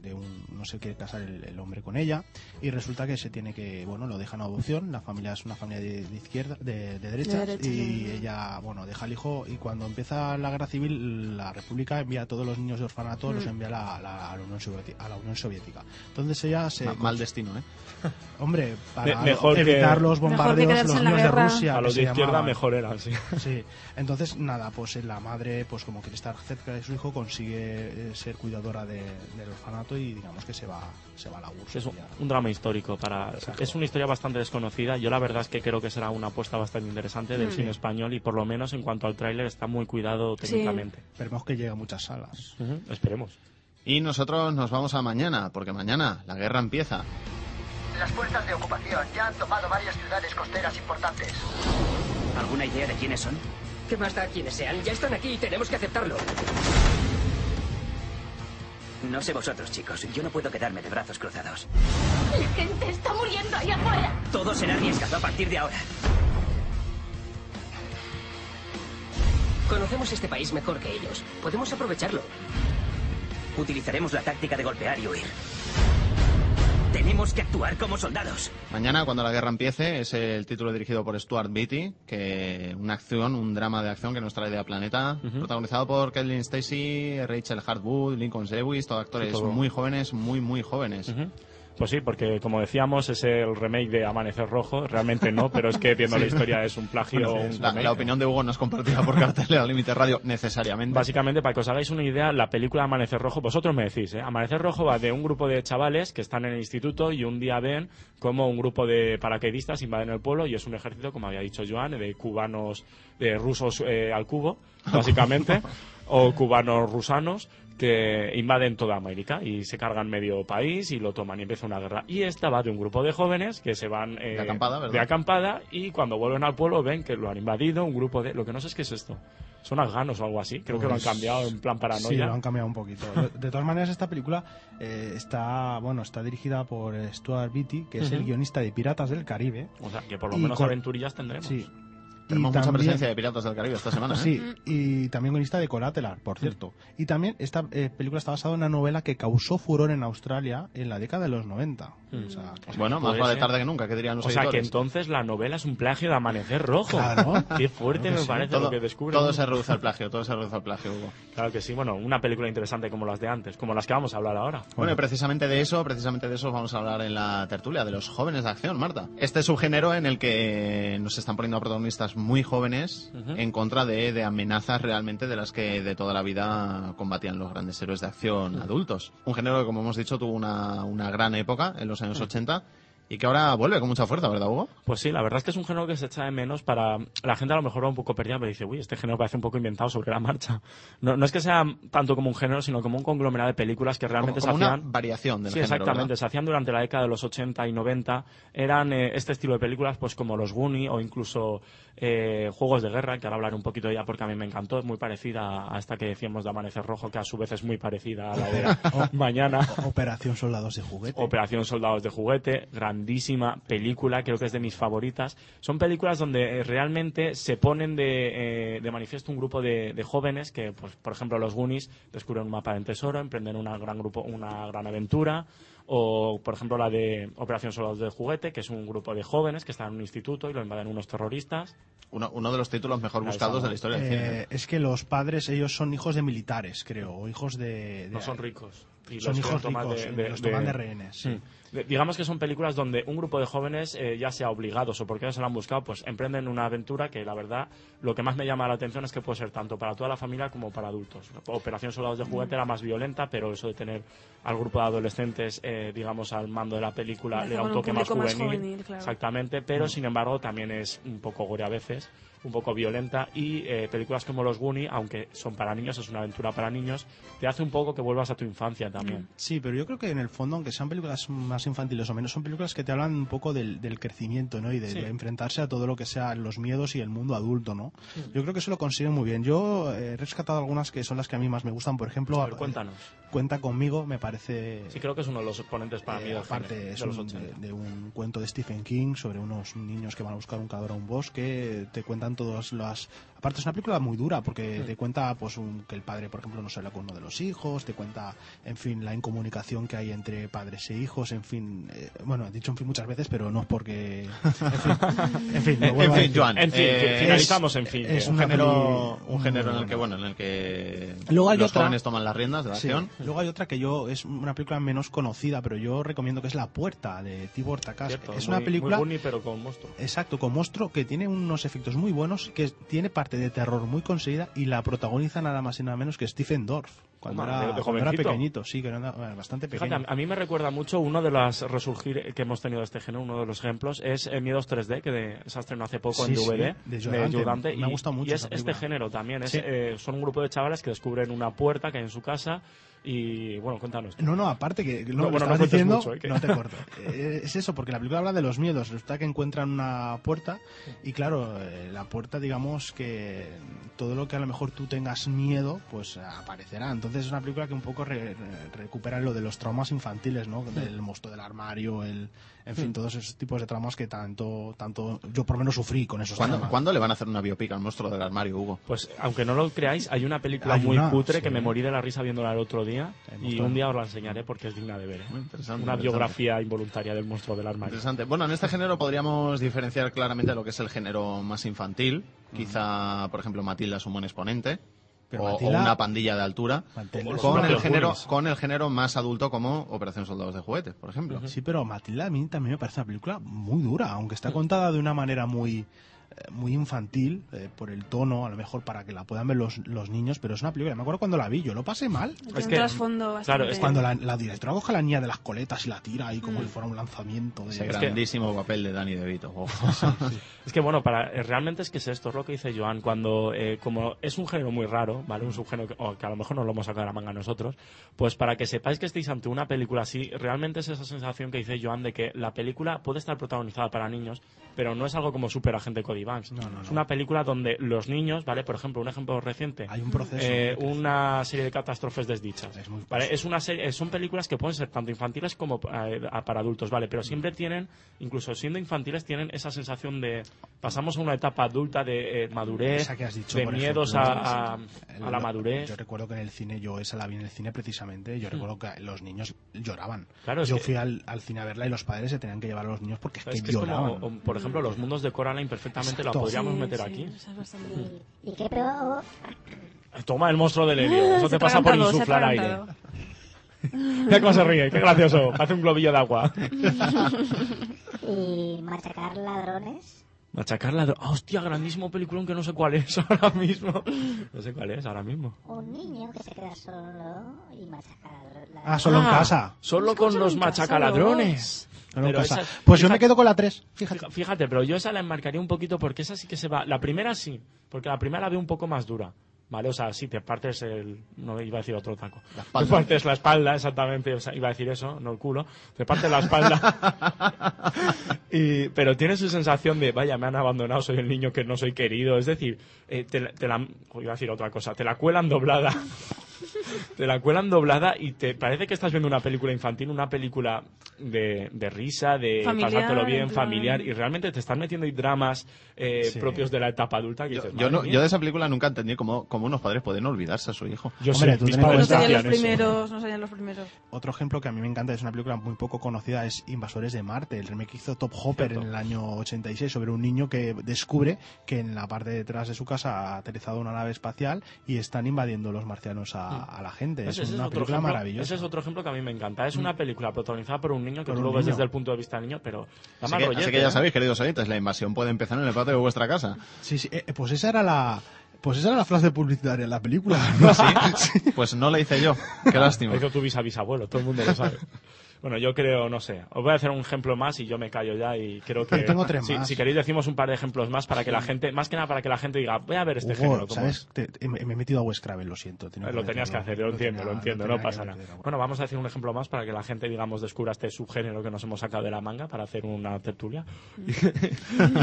de un, no se quiere casar el, el hombre con ella, y resulta que se tiene que, bueno, lo dejan a adopción, la familia es una familia de, de izquierda, de, de derecha,
De derecha,
y
sí.
ella, bueno, deja al hijo, y cuando empieza la guerra civil, la república envía a todos los niños de orfanato,
Mm.
los envía a la, la- a la Unión Soviética, a la Unión Soviética. Entonces ella se...
Ma- mal destino, ¿eh?
Hombre, para
Me- mejor
evitar
que-
Mejor
los
que
bombardeos
quedarse
los
en la
niños de
guerra.
Rusia.
a
que
los
se
de izquierda
llamaban.
mejor eran, sí.
Sí. Entonces, nada, pues eh, la madre, pues como quiere estar cerca de su hijo, consigue eh, ser cuidadora de- del orfanato y digamos que se va, se va a la URSS.
Es un,
ya.
un drama histórico para es una historia bastante desconocida. Yo la verdad es que creo que será una apuesta bastante interesante del cine español y por lo menos en cuanto al tráiler está muy cuidado
Sí.
técnicamente.
Esperemos que llegue a muchas salas.
Ujú, Esperemos.
Y nosotros nos vamos a mañana, porque mañana la guerra empieza.
Las fuerzas de ocupación ya han tomado varias ciudades costeras importantes.
¿Alguna idea de quiénes son? ¿Qué más da quiénes sean? Ya están aquí y tenemos que aceptarlo. No sé vosotros, chicos. Yo no puedo quedarme de brazos cruzados.
La gente está muriendo ahí afuera.
Todo será arriesgado a partir de ahora.
Conocemos este país mejor que ellos. Podemos aprovecharlo.
Utilizaremos la táctica de golpear y huir. Tenemos que actuar como soldados.
Mañana, cuando la guerra empiece, es el título dirigido por Stuart Beatty, que una acción, un drama de acción que nos trae de la planeta, protagonizado por Kathleen Stacy, Rachel Hartwood, Lincoln Lewis, todos actores
Todo.
muy jóvenes, muy, muy jóvenes.
Pues sí, porque como decíamos, es el remake de Amanecer Rojo. Realmente no, pero es que viendo la
Sí.
historia es un plagio.
Bueno,
un
la,
remake.
la opinión de Hugo no es compartida por cartelera al límite radio necesariamente.
Básicamente, para que os hagáis una idea, la película Amanecer Rojo, vosotros me decís, ¿eh? Amanecer Rojo va de un grupo de chavales que están en el instituto y un día ven como un grupo de paracaidistas invaden el pueblo y es un ejército, como había dicho Joan, de cubanos, de rusos eh, al cubo, básicamente, o cubanos rusanos que invaden toda América y se cargan medio país y lo toman y empieza una guerra. Y esta va de un grupo de jóvenes que se van eh,
De acampada, ¿verdad?
de acampada y cuando vuelven al pueblo ven que lo han invadido un grupo de... Lo que no sé es qué es esto. Son afganos o algo así. Creo que lo han
Pues,
cambiado en plan paranoia.
Sí, lo han cambiado un poquito. De- De todas maneras, esta película eh, está, bueno, está dirigida por eh, Stuart Beatty, que es el
Ujú.
guionista de Piratas del Caribe.
O sea, que por lo
Y
menos
con-
aventurillas tendremos.
Sí.
Tenemos
Y
mucha
también-
presencia de Piratas del Caribe esta semana. ¿eh?
Sí, y también guionista de Collateral, por cierto. Y también esta eh, película está basada en una novela que causó furor en Australia en la década de los 90. O sea, que-
¿eh? Bueno, más
Puede
vale
ser.
tarde que nunca, que dirían los
pues O sea, que
editores.
entonces la novela es un plagio de Amanecer Rojo.
Claro.
Qué fuerte
Claro que
me
sí.
parece
Todo-
lo que descubren.
Todo se reduce al plagio, todo se reduce al plagio, Hugo.
Claro que sí, bueno, una película interesante como las de antes, como las que vamos a hablar ahora.
Bueno, y precisamente de eso, precisamente de eso vamos a hablar en la tertulia, de los jóvenes de acción, Marta. Este es un género en el que nos están poniendo a protagonistas muy jóvenes en contra de, de amenazas realmente de las que de toda la vida combatían los grandes héroes de acción adultos. Un género que, como hemos dicho, tuvo una, una gran época en los años 80 y que ahora vuelve con mucha fuerza, ¿verdad, Hugo?
Pues sí, la verdad es que es un género que se echa de menos para... La gente a lo mejor va un poco perdida, pero dice, uy, este género parece un poco inventado sobre la marcha. No, no es que sea tanto como un género, sino como un conglomerado de películas que realmente
como
se
una
hacían...
variación del
sí,
género,
exactamente.
¿verdad?
Se hacían durante la década de los 80 y 90. Eran eh, este estilo de películas, pues como los Goonies o incluso eh, Juegos de Guerra, que ahora hablaré un poquito de ella porque a mí me encantó. Es muy parecida a esta que decíamos de Amanecer Rojo, que a su vez es muy parecida a la de Mañana.
Operación Soldados de Juguete.
Operación Soldados de Juguete, grandísima película, creo que es de mis favoritas. Son películas donde eh, realmente se ponen de, eh, de manifiesto un grupo de, de jóvenes que, pues, por ejemplo, los Goonies descubren un mapa del tesoro, emprenden una gran, grupo, una gran aventura. O, por ejemplo, la de Operación Soldados de Juguete, que es un grupo de jóvenes que están en un instituto y lo invaden unos terroristas.
Uno, uno de los títulos mejor
La de
buscados de la
Salma.
historia del
Eh,
cine.
es que los padres, ellos son hijos de militares, creo, o hijos de... de-
No son ricos. Y
son
los
hijos
toman
ricos, y los toman de rehenes, sí.
Mm. De- digamos que son películas donde un grupo de jóvenes, eh, ya sea obligados o porque ellos se lo han buscado, pues emprenden una aventura que la verdad lo que más me llama la atención es que puede ser tanto para toda la familia como para adultos. Operación Soldados de
Mm.
Juguete era más violenta, pero eso de tener al grupo de adolescentes, eh, digamos, al mando de la película
Lo hace
le da un
con un
toque más
público
juvenil.
más juvenil, claro. Mm.
Exactamente, pero sin embargo también es un poco gore a veces, un poco violenta y eh, películas como Los Goonies, aunque son para niños, es una aventura para niños, te hace un poco que vuelvas a tu infancia también.
Mm.
Sí, pero yo creo que en el fondo, aunque sean películas más infantiles o menos, son películas que te hablan un poco del, del crecimiento, ¿no? Y de,
Sí.
de enfrentarse a todo lo que sea los miedos y el mundo adulto, ¿no? Yo creo que eso lo consiguen muy bien. Yo eh, he rescatado algunas que son las que a mí más me gustan. Por ejemplo,
A ver,
eh,
cuéntanos.
Cuenta conmigo, me parece...
Sí, creo que es uno de los exponentes para mí
eh,
del género,
aparte es
de los
un- eh,
80.
de, de un cuento de Stephen King sobre unos niños que van a buscar un cadáver a un bosque te cuentan todas las aparte es una película muy dura porque
Mm.
te cuenta pues un- que el padre por ejemplo no se habla con uno de los hijos te cuenta en fin la incomunicación que hay entre padres e hijos en fin eh, bueno he dicho en fin muchas veces pero no es porque en fin, lo
En- en
vuelvo a
fin,
decir.
Joan.
En fin,
eh,
finalizamos en fin.
es
un
una
género,
peli
un género en
muy
el que, bueno, en el que
Luego hay
los
otra-
jóvenes toman las riendas de la
Sí.
acción.
Luego hay otra que yo es una película menos conocida, pero yo recomiendo que es La Puerta de Tibor Takas.
Cierto,
Es
muy-
una película
Muy Goonies, pero con monstruos.
Exacto, con monstruo que tiene unos efectos muy buenos, que tiene parte de terror muy conseguida y la protagoniza nada más y nada menos que Stephen Dorff. Cuando,
Toma, de-
era,
de
cuando era
jovencito.
pequeñito, sí, que era bueno, bastante
Fíjate,
pequeño.
a a mí me recuerda mucho uno de los resurgir que hemos tenido de este género, uno de los ejemplos, es eh, Miedos 3D, que de, se estrenó hace poco en
Sí, sí,
DVD,
de Joe Dante.
Joe Dante,
Me
y-
ha gustado mucho
Y es
esa
este
película.
género también, es,
Sí.
eh, son un grupo de chavales que descubren una puerta que hay en su casa y, bueno, cuéntanos.
No, no, aparte que
No, bueno,
no, lo
no
estabas
cuentes
diciendo,
mucho, ¿eh? que-
no te corto. Eh, es eso, porque la película habla de los miedos. Resulta que encuentran una puerta y claro, eh, la puerta, digamos que todo lo que a lo mejor tú tengas miedo, pues aparecerá. Entonces es una película que un poco re- re- recupera lo de los traumas infantiles, ¿no?
Hmm.
Del monstruo del armario, el, en fin, todos esos tipos de traumas que tanto, tanto, yo por lo menos sufrí con esos
¿Cuándo,
traumas.
cuándo le van a hacer una biopic al monstruo del armario, Hugo?
Pues aunque no lo creáis, hay una película
Hay
muy
una,
cutre
sí.
que me morí de la risa viéndola el otro día y
mostrado.
un día os la enseñaré porque es digna de ver. ¿eh? una
interesante.
biografía involuntaria del monstruo del armario.
Interesante. Bueno, en este género podríamos diferenciar claramente lo que es el género más infantil. Quizá, por ejemplo, Matilda es un buen exponente.
Mm. Pero
o, o
Matilda-
una pandilla de altura.
Matilda- Los
Con el,
propios
género,
Goonies.
con el género más adulto como Operación Soldados de Juguete, por ejemplo.
Sí, pero Matilda a mí también me parece una película muy dura, aunque está contada de una manera muy, eh, muy infantil, eh, por el tono, a lo mejor para que la puedan ver los, los niños, pero es una película, me acuerdo cuando la vi, yo lo pasé mal.
Tiene un trasfondo bastante-
cuando la, la directora coge a la niña de las coletas y la tira ahí como
Mm.
si fuera un lanzamiento. De...
Ese
Es que-
grandísimo papel de Danny DeVito. Ojo.
Es que bueno, para eh, realmente es que es esto, es lo que dice Joan, cuando eh, como es un género muy raro, ¿vale? Un subgénero que, o que a lo mejor no lo hemos sacado de la manga nosotros, pues para que sepáis que estáis ante una película así, realmente es esa sensación que dice Joan de que la película puede estar protagonizada para niños, pero no es algo como Super Agente Cody Banks. Es una película donde los niños, ¿vale? Por ejemplo, un ejemplo reciente. Hay
un proceso.
eh, una serie de catástrofes desdichas. ¿vale? Es una serie, son películas que pueden ser tanto infantiles como eh, a- para adultos, ¿vale? Pero siempre tienen, incluso siendo infantiles, tienen esa sensación de pasamos a una etapa adulta de eh, madurez,
Esa que has dicho,
de
por
miedos
ejemplo.
a, a- eh, a la
El-
madurez. Mm.
Yo recuerdo que en el cine, yo esa la vi en el cine precisamente, yo recuerdo que los niños lloraban.
Claro, es
yo
que-
fui al, al cine a verla y los padres se tenían que llevar a los niños porque es que,
Es que es como,
lloraban.
o, por ejemplo, los mundos de Coraline perfectamente
Exacto.
la podríamos
Sí,
meter
sí.
aquí.
¿Y qué peor?
Toma el monstruo del
Ah,
helio, eso
Se
Eh, te pasa por
atragantado, se
insuflar aire.
atragantado.
Mira cómo se ríe, qué gracioso, hace un globillo de agua.
¿Y machacar ladrones?
Machacar ladrón. Ah, hostia, grandísimo peliculón que no sé cuál es ahora mismo. No sé cuál es ahora mismo.
Un niño que se queda solo y machacar ladrones.
Ah, solo en
Ah,
casa.
Solo con los machacaladrones.
Solo en
Pero
casa.
esa-
Pues yo
fíjate-
me quedo con la 3, fíjate.
Fija- Fíjate, pero yo esa la enmarcaría un poquito porque esa sí que se va. La primera sí, porque la primera la veo un poco más dura. ¿Vale? O sea, sí, te partes el. No iba a decir otro taco.
espalda.
Te partes la espalda, exactamente. o sea, iba a decir eso, no el culo. Te partes la espalda. Y- pero tiene su sensación de, vaya, me han abandonado, soy el niño que no soy querido. Es decir, eh, te, la- te la. jo, Iba a decir otra cosa. Te la cuelan doblada. Te la cuelan doblada y te parece que estás viendo una película infantil, una película de, de risa, de
Familiar,
pasártelo bien,
en plan.
familiar, y realmente te están metiendo ahí dramas eh,
Sí.
propios de la etapa adulta. Que dices,
Yo,
madre
no-
mía.
yo de esa película nunca entendí cómo, cómo unos padres pueden olvidarse a su hijo.
Yo Hombre, sé, tú mis
Ah,
ten en padres
No serían los primeros, no serían los primeros.
Otro ejemplo que a mí me encanta, es una película muy poco conocida, es Invasores de Marte, el remake que hizo Top Hopper en el año 86 sobre un niño que descubre que en la parte de atrás de su casa ha aterrizado una nave espacial y están invadiendo los marcianos a, a la gente. Es
Mm. Pues Ese- ese
una
otro
película
ejemplo-
maravillosa.
Ese es otro ejemplo que a mí me encanta. Es una película protagonizada por un niño que
Por
tú
un
lo ves
niño.
desde el punto de vista del niño, pero da
Así
mal
que, así
rollete,
que ya
¿eh?
sabéis, queridos oyentes, la invasión puede empezar en el patio de vuestra casa.
Sí, sí, eh, pues esa era la... Pues esa era la frase publicitaria de la película.
Pues no la hice yo. Qué lástima.
Lo hizo tu bisabisabuelo, todo el mundo lo sabe. Bueno, yo creo, no sé. Os voy a hacer un ejemplo más y yo me callo ya y creo que...
Yo tengo tres
si,
más.
si queréis decimos un par de ejemplos más para que la gente, más que nada para que la gente diga, voy a ver este
Hugo,
género. ¿cómo es?
¿sabes? Te- te- eh, me, me he metido a Wes Craven, lo siento. tenía
Eh, Lo
que
tenías que
meterlo.
hacer, yo lo entiendo,
tenía-
lo entiendo,
tenía
no
que
pasa
meter.
nada. Bueno, vamos a hacer un ejemplo más para que la gente, digamos, descubra este subgénero que nos hemos sacado de la manga para hacer una tertulia.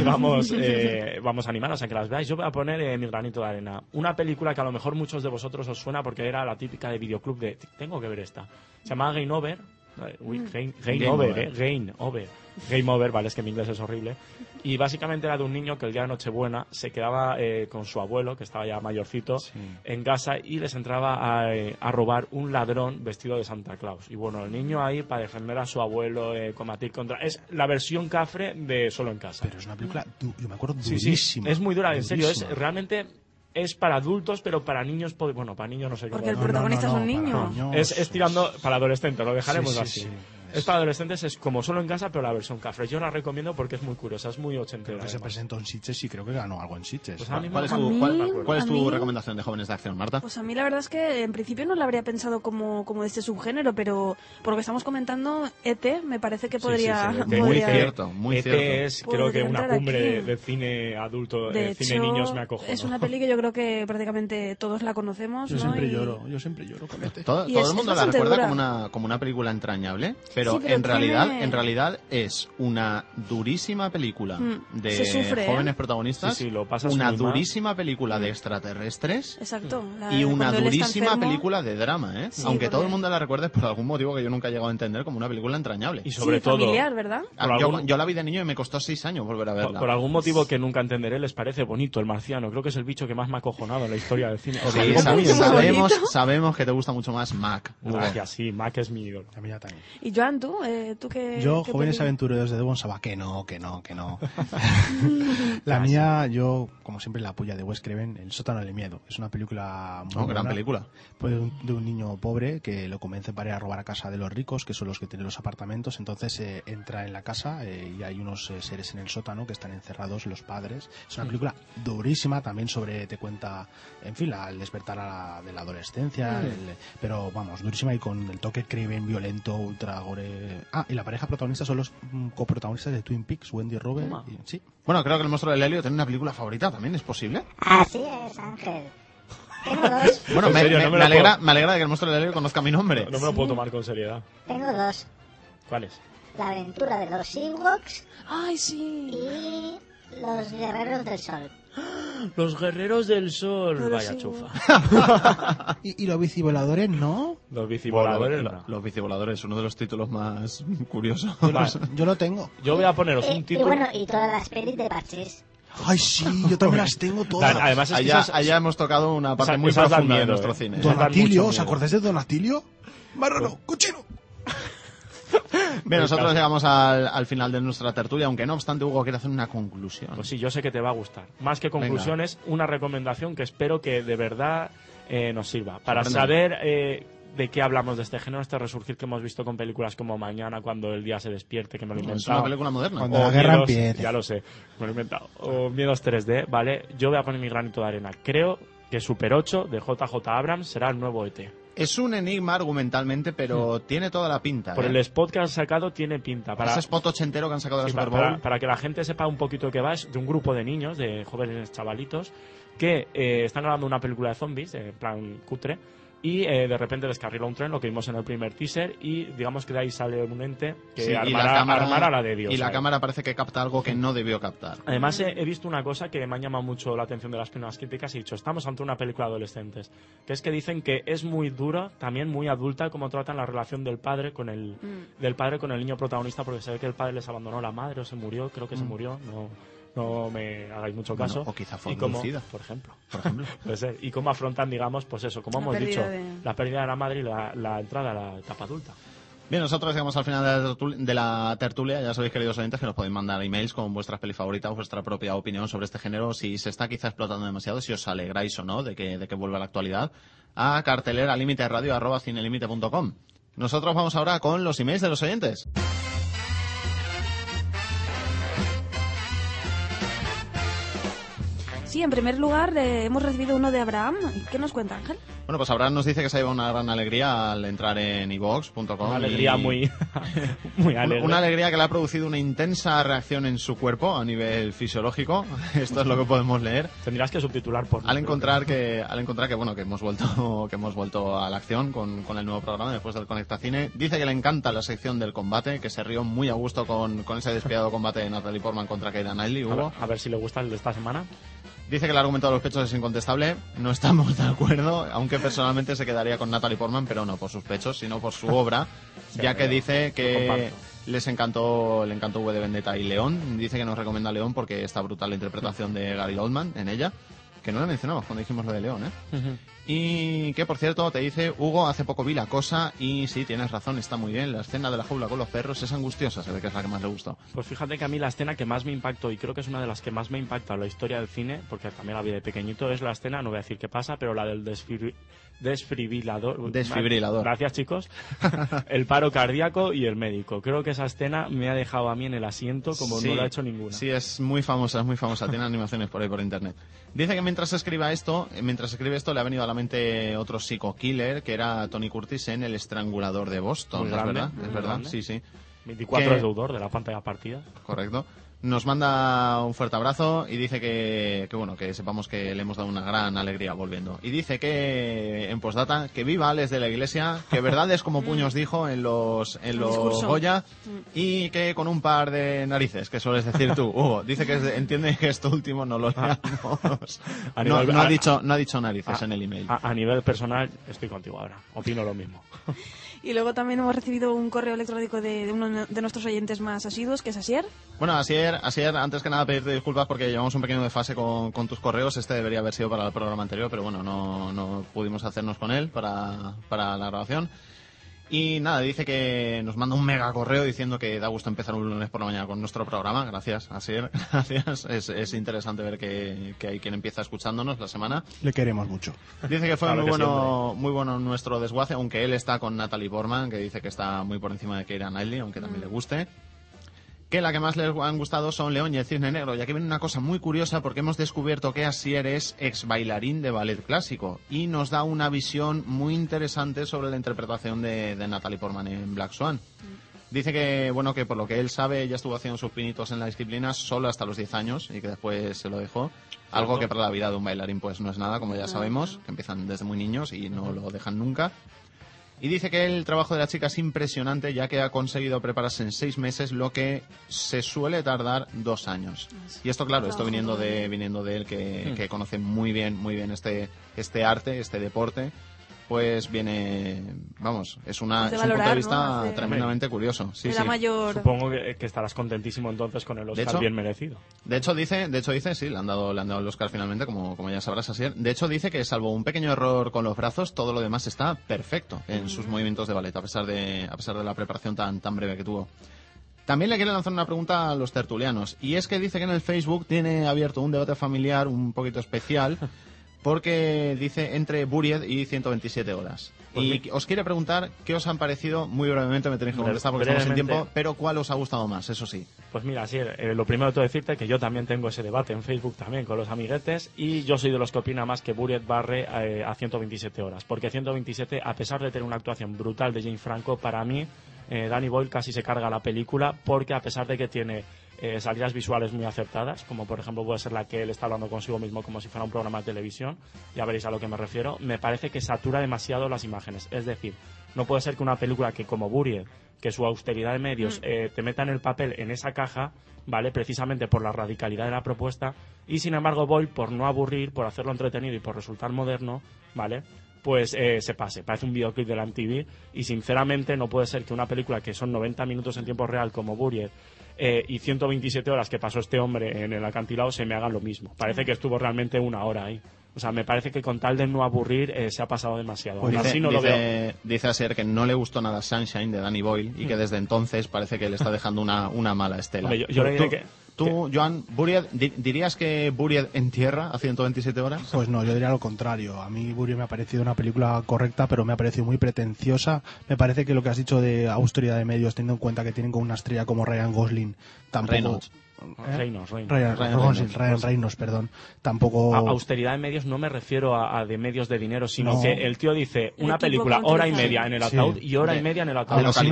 y vamos, eh, vamos a animaros a que las veáis. Yo voy a poner eh, mi granito de arena. Una película que a lo mejor muchos de vosotros os suena porque era la típica de videoclub de tengo que ver esta. Se llamaba Game Over. Eh, Uy,
Mm.
Game, Game
Game
Over,
Over.
eh. Game Over. Game Over, vale, es que mi inglés es horrible. Y básicamente era de un niño que el día de Nochebuena se quedaba eh, con su abuelo, que estaba ya mayorcito, en casa y les entraba a, eh, a robar un ladrón vestido de Santa Claus. Y bueno, el niño ahí para defender a su abuelo, eh, combatir contra... Es la versión cafre de Solo en Casa.
Pero es una película, du- yo me acuerdo,
Mm. Sí,
durísima.
sí, es muy dura, en serio. Es,
durísima.
realmente es para adultos, pero para niños... pod- Bueno, para niños no sé
Porque el
cómo-
protagonista
no,
es un
no,
niño.
para niños.
es, es tirando para adolescentes, lo dejaremos
Sí, sí,
así.
sí.
Es para adolescentes, es como solo en casa, pero la versión cafre. Yo la recomiendo porque es muy curiosa, es muy ochentera.
Creo que se
además.
presentó en Sitges y creo que ganó algo en Sitges.
Pues ahora mismo
¿Cuál es tu,
A mí-
cuál- cuál es
a
tu
mí-
recomendación de Jóvenes de Acción,
Ah.
Marta?
Pues a mí la verdad es que en principio no la habría pensado como, como de este subgénero, pero por lo que estamos comentando, ET me parece que podría...
ET,
Muy
ET,
cierto, muy
ET
cierto.
E es creo
Podría
que una
entrar
cumbre
aquí.
de, de cine adulto,
de
de
hecho,
cine niños me acojo.
es una peli que yo creo que prácticamente todos la conocemos,
Yo
¿no?
siempre
Y-
lloro, yo siempre lloro con este.
Todo,
Y
todo
es-
el mundo
es
la
bastante
recuerda
dura.
como una, como una película entrañable. Pero,
Sí, pero
en
tiene-
realidad, en realidad es una durísima película
Mm,
de
se sufre, ¿eh?
jóvenes protagonistas,
Sí, sí, lo pasas
una
muy mal.
durísima película de extraterrestres
Exacto.
Mm.
la-
y una
cuando él está
durísima
enfermo,
película de drama, ¿eh?
Sí,
Aunque todo
porque-
el mundo la recuerde por algún motivo que yo nunca he llegado a entender como una película entrañable. Y
sobre Sí, todo-
Familiar, ¿verdad?
yo,
algún-
yo la vi de niño y me costó seis años volver a
Por,
verla.
por algún motivo que nunca entenderé, les parece bonito el marciano. Creo que es el bicho que más me ha acojonado en la historia del cine. Os lo
Sí,
digo
sabe-
muy en serio.
sabemos, sabemos que te gusta mucho más Mac. Hugo.
Gracias, sí, Mac es mi ídolo.
A mí ya también.
Y Joan, tú, eh, tú que...
Yo, Jóvenes Aventureros de Devon Saba, que no, que no, que no. la
Ah,
mía, yo, como siempre, la puya de Wes Craven, El sótano del miedo. Es una película muy
Oh, gran
buena.
película.
Pues, de un- de un niño pobre que lo convence para ir a robar a casa de los ricos, que son los que tienen los apartamentos. Entonces eh, entra en la casa eh, y hay unos eh, seres en el sótano que están encerrados los padres. Es una
Sí.
película durísima, también sobre, te cuenta, en fin, la- el despertar a la- de la adolescencia,
Mm.
el- pero vamos, durísima y con el toque Craven violento, ultra gore. Ah, y la pareja protagonista son los mm, coprotagonistas de Twin Peaks, Wendy y Robert.
Toma.
y- sí.
Bueno, creo que el monstruo del helio tiene una película favorita también, ¿es posible?
Así es, Ángel. Tengo dos,
Bueno,
En
me,
serio,
me-
no me
me
lo
alegra,
puedo-
me alegra de que el monstruo del helio conozca mi nombre.
No me lo puedo tomar con seriedad.
tengo dos.
¿Cuál es?
La aventura de los Ewoks
¡Ay, sí!
y los guerreros del sol.
Los guerreros del sol.
Pero
Vaya
sí.
chufa.
Ah, Y, y los bicivoladores, ¿no?
Los
Voladores,
bicivoladores.
lo- Los bicivoladores, uno de los títulos más curiosos.
Yo lo tengo.
Yo voy a poneros
Eh,
un
y
título.
bueno, y todas las pelis de Parchís.
Ay, sí, yo también las tengo todas.
Dan- además es que
allá,
esas-
allá hemos tocado una parte
esas-
muy
esas dan
profunda de
miedo,
nuestro
eh.
cine.
Esas dan
Donatilio,
mucho
¿os
miedo.
acordáis de Donatilio? Marrano, cochino.
Bien, nosotros llegamos al, al final de nuestra tertulia, aunque no obstante, Hugo quiere hacer una conclusión.
Pues sí, yo sé que te va a gustar. Más que conclusiones, una recomendación que espero que de verdad eh, nos sirva. Para
Sorpréndeme.
saber eh, de qué hablamos de este género, este resurgir que hemos visto con películas como Mañana, cuando el día se despierte, que me lo he
Es una
inventado.
película moderna.
Cuando la guerra
Miedos-
empiece.
Ya lo sé, me lo he inventado. O Miedos 3D, ¿vale? Yo voy a poner mi granito de arena. Creo que Super 8 de JJ Abrams será el nuevo E ET.
Es un enigma argumentalmente, pero tiene toda la pinta.
Hmm. Por
¿eh?
el spot que han sacado tiene pinta. Para,
Ese spot ochentero que han sacado de
Sí,
la
pa-
Super Bowl.
Para, para que la gente sepa un poquito que va, es de un grupo de niños, de jóvenes chavalitos, que eh, están grabando una película de zombies, en plan cutre, y eh, de repente descarrila un tren, lo que vimos en el primer teaser, y digamos que de ahí sale un ente que
Sí, y
armará, armará la de Dios.
Y la
¿sabes?
cámara parece que capta algo que no debió captar.
Además, he, he visto una cosa que me ha llamado mucho la atención de las primeras críticas y he dicho, estamos ante una película de adolescentes, que es que dicen que es muy dura, también muy adulta, como tratan la relación del padre con el,
Mm.
del padre con el niño protagonista, porque se ve que el padre les abandonó la madre o se murió, creo que se
Mm.
murió, no, no me hagáis mucho
Bueno,
caso.
o quizá fue
Y cómo-
inducida.
Por ejemplo.
Por ejemplo.
Puede ser. Y cómo afrontan, digamos, pues eso, como
La
hemos dicho,
pérdida de-
la pérdida de la madre y la, la entrada a la etapa adulta.
Bien, nosotros llegamos al final de la, tertul- de la tertulia. Ya sabéis, queridos oyentes, que nos podéis mandar emails con vuestras pelis favoritas, vuestra propia opinión sobre este género, si se está quizá explotando demasiado, si os alegráis o no de que, de que vuelva a la actualidad, a cartelera límite radio arroba cinelimite.com. Nosotros vamos ahora con los emails de los oyentes.
Sí, en primer lugar eh, hemos recibido uno de Abraham. ¿Qué nos cuenta Ángel?
Bueno, pues Abraham nos dice que se lleva una gran alegría al entrar en iVox.com.
Una alegría muy, muy
Una-
alegre.
Una alegría que le ha producido una intensa reacción en su cuerpo a nivel fisiológico. Esto es lo que podemos leer.
Tendrás que subtitular por...
Al encontrar que, al encontrar que bueno, que hemos vuelto, que hemos vuelto a la acción con, con el nuevo programa después del Conecta Cine, dice que le encanta la sección del combate, que se rió muy a gusto con, con ese despiadado combate de Natalie Portman contra Keira Knightley.
A ver,
Hugo.
a ver si le gusta el de esta semana.
Dice que el argumento de los pechos es incontestable, no estamos de acuerdo, aunque personalmente se quedaría con Natalie Portman, pero no por sus pechos, sino por su obra,
Sí,
ya que
amigo,
dice
lo
que
comparto.
les encantó, le encantó V de Vendetta y León, dice que nos recomienda León porque está brutal la interpretación de Gary Oldman en ella, que no le mencionamos cuando dijimos lo de León, ¿eh? Y que por cierto te dice, Hugo, hace poco vi la cosa y sí, tienes razón, está muy bien, la escena de la jaula con los perros es angustiosa, se ve que es la que más le gustó.
Pues fíjate que a mí la escena que más me impactó, y creo que es una de las que más me ha impactado en la historia del cine, porque también la vi de pequeñito, es la escena, no voy a decir qué pasa, pero la del desfibri- desfibrilador.
Desfibrilador.
Gracias, chicos. el paro cardíaco y el médico. Creo que esa escena me ha dejado a mí en el asiento como
Sí,
no la ha hecho ninguna.
Sí, es muy famosa, es muy famosa. Tiene animaciones por ahí por internet. Dice que mientras escriba esto, eh, mientras escribe esto, le ha venido a la mente otro psico-killer que era Tony Curtis en El Estrangulador de Boston.
Muy
¿Es
grande,
verdad?
muy
Es verdad,
grande.
sí, sí.
24
Que-
es deudor de la pantalla partida.
Correcto. Nos manda un fuerte abrazo y dice que, que, bueno, que sepamos que le hemos dado una gran alegría volviendo. Y dice que, en postdata, que viva Alex de la Iglesia, que verdades como puños dijo en los, en los
discurso.
Goya, y que con un par de narices, que sueles decir tú, Hugo. Dice que es de- entiende que esto último no lo leamos.
A
No,
nivel-
no ha
a-
dicho, no ha dicho narices
a-
en el email.
A, a nivel personal, estoy contigo ahora. Opino lo mismo.
Y luego también hemos recibido un correo electrónico de, de uno de nuestros oyentes más asiduos, que es Asier.
Bueno, Asier, Asier, antes que nada pedirte disculpas porque llevamos un pequeño desfase con, con tus correos. Este debería haber sido para el programa anterior, pero bueno, no, no pudimos hacernos con él para, para la grabación. Y nada, dice que nos manda un mega correo diciendo que da gusto empezar un lunes por la mañana con nuestro programa. Gracias, Asier. Gracias. Es, es interesante ver que, que hay quien empieza escuchándonos la semana.
Le queremos mucho.
Dice que fue
Claro
muy
que
bueno, muy bueno nuestro desguace, aunque él está con Natalie Portman, que dice que está muy por encima de Keira Knightley, aunque también le guste. Que la que más les han gustado son León y el Cisne Negro. Y aquí viene una cosa muy curiosa porque hemos descubierto que Asier es ex bailarín de ballet clásico y nos da una visión muy interesante sobre la interpretación de, de Natalie Portman en Black Swan. Dice que, bueno, que por lo que él sabe, ella estuvo haciendo sus pinitos en la disciplina solo hasta los 10 años y que después se lo dejó. Algo que para la vida de un bailarín pues no es nada, como ya sabemos, que empiezan desde muy niños y no lo dejan nunca. Y dice que el trabajo de la chica es impresionante ya que ha conseguido prepararse en seis meses lo que se suele tardar dos años. Y esto, claro, esto viniendo de, viniendo de él que,
Mm.
que conoce muy bien, muy bien este, este arte, este deporte, pues viene, vamos, es, una,
Es de
es un punto
valorar,
de vista
¿no? Hace-
tremendamente curioso. Sí,
Era
sí.
mayor.
Supongo que, que estarás contentísimo entonces con el
De
Oscar
hecho-
bien merecido.
De hecho dice, de hecho dice, sí, le han dado, le han dado el Oscar finalmente, como, como ya sabrás así. De hecho dice que salvo un pequeño error con los brazos, todo lo demás está perfecto en sus movimientos de ballet, a pesar de, a pesar de la preparación tan, tan breve que tuvo. También le quiero lanzar una pregunta a los tertulianos, y es que dice que en el Facebook tiene abierto un debate familiar un poquito especial, porque dice entre Buried y 127 horas. y os quiere preguntar qué os han parecido, muy brevemente me tenéis que
Bre-
contestar porque estamos sin
brevemente.
tiempo, pero cuál os ha gustado más, eso sí.
Pues mira, sí, eh, lo primero de todo decirte que yo también tengo ese debate en Facebook también con los amiguetes y yo soy de los que opina más que Buriet barre eh, a 127 horas. Porque 127, a pesar de tener una actuación brutal de Jane Franco, para mí eh, Danny Boyle casi se carga la película porque a pesar de que tiene eh, salidas visuales muy acertadas, como por ejemplo puede ser la que él está hablando consigo mismo como si fuera un programa de televisión, ya veréis a lo que me refiero, me parece que satura demasiado las imágenes. Es decir, no puede ser que una película que como Buried, que su austeridad de medios eh, te meta en el papel en esa caja, ¿vale? Precisamente por la radicalidad de la propuesta. Y sin embargo, Boyle, por no aburrir, por hacerlo entretenido y por resultar moderno, ¿vale? Pues eh, se pase. Parece un videoclip de la MTV. Y sinceramente, no puede ser que una película que son 90 minutos en tiempo real como Buried eh, y 127 horas que pasó este hombre en el acantilado se me hagan lo mismo. Parece que estuvo realmente una hora ahí. O sea, me parece que con tal de no aburrir eh, se ha pasado demasiado.
Pues
dice,
Aún Pues así no lo
dice-
veo.
¿eh?
Mm.
dice Asier que no le gustó nada Sunshine de Danny Boyle y que desde entonces parece que le está dejando una, una mala estela.
Hombre, yo- yo le diré
tú,
que-
tú, Joan, Buried, di- ¿dirías que Buried en tierra a 127 horas?
Pues no, yo diría lo contrario. A mí Burio me ha parecido una película correcta, pero me ha parecido muy pretenciosa. Me parece que lo que has dicho de austeridad de medios, teniendo en cuenta que tienen con una estrella como Ryan Gosling, tampoco...
Reynolds.
¿Eh?
Reynolds, Reynolds.
Ryan,
Ryan
Gosling,
Reynolds.
Ryan Reynolds, perdón. Tampoco...
A- austeridad de medios no me refiero a, a de medios de dinero, sino
No.
que el tío dice
El
una
equipo
película
contratado.
hora y media en el
Sí.
ataúd y hora
De-
y media en el
de
ataúd.
Aún así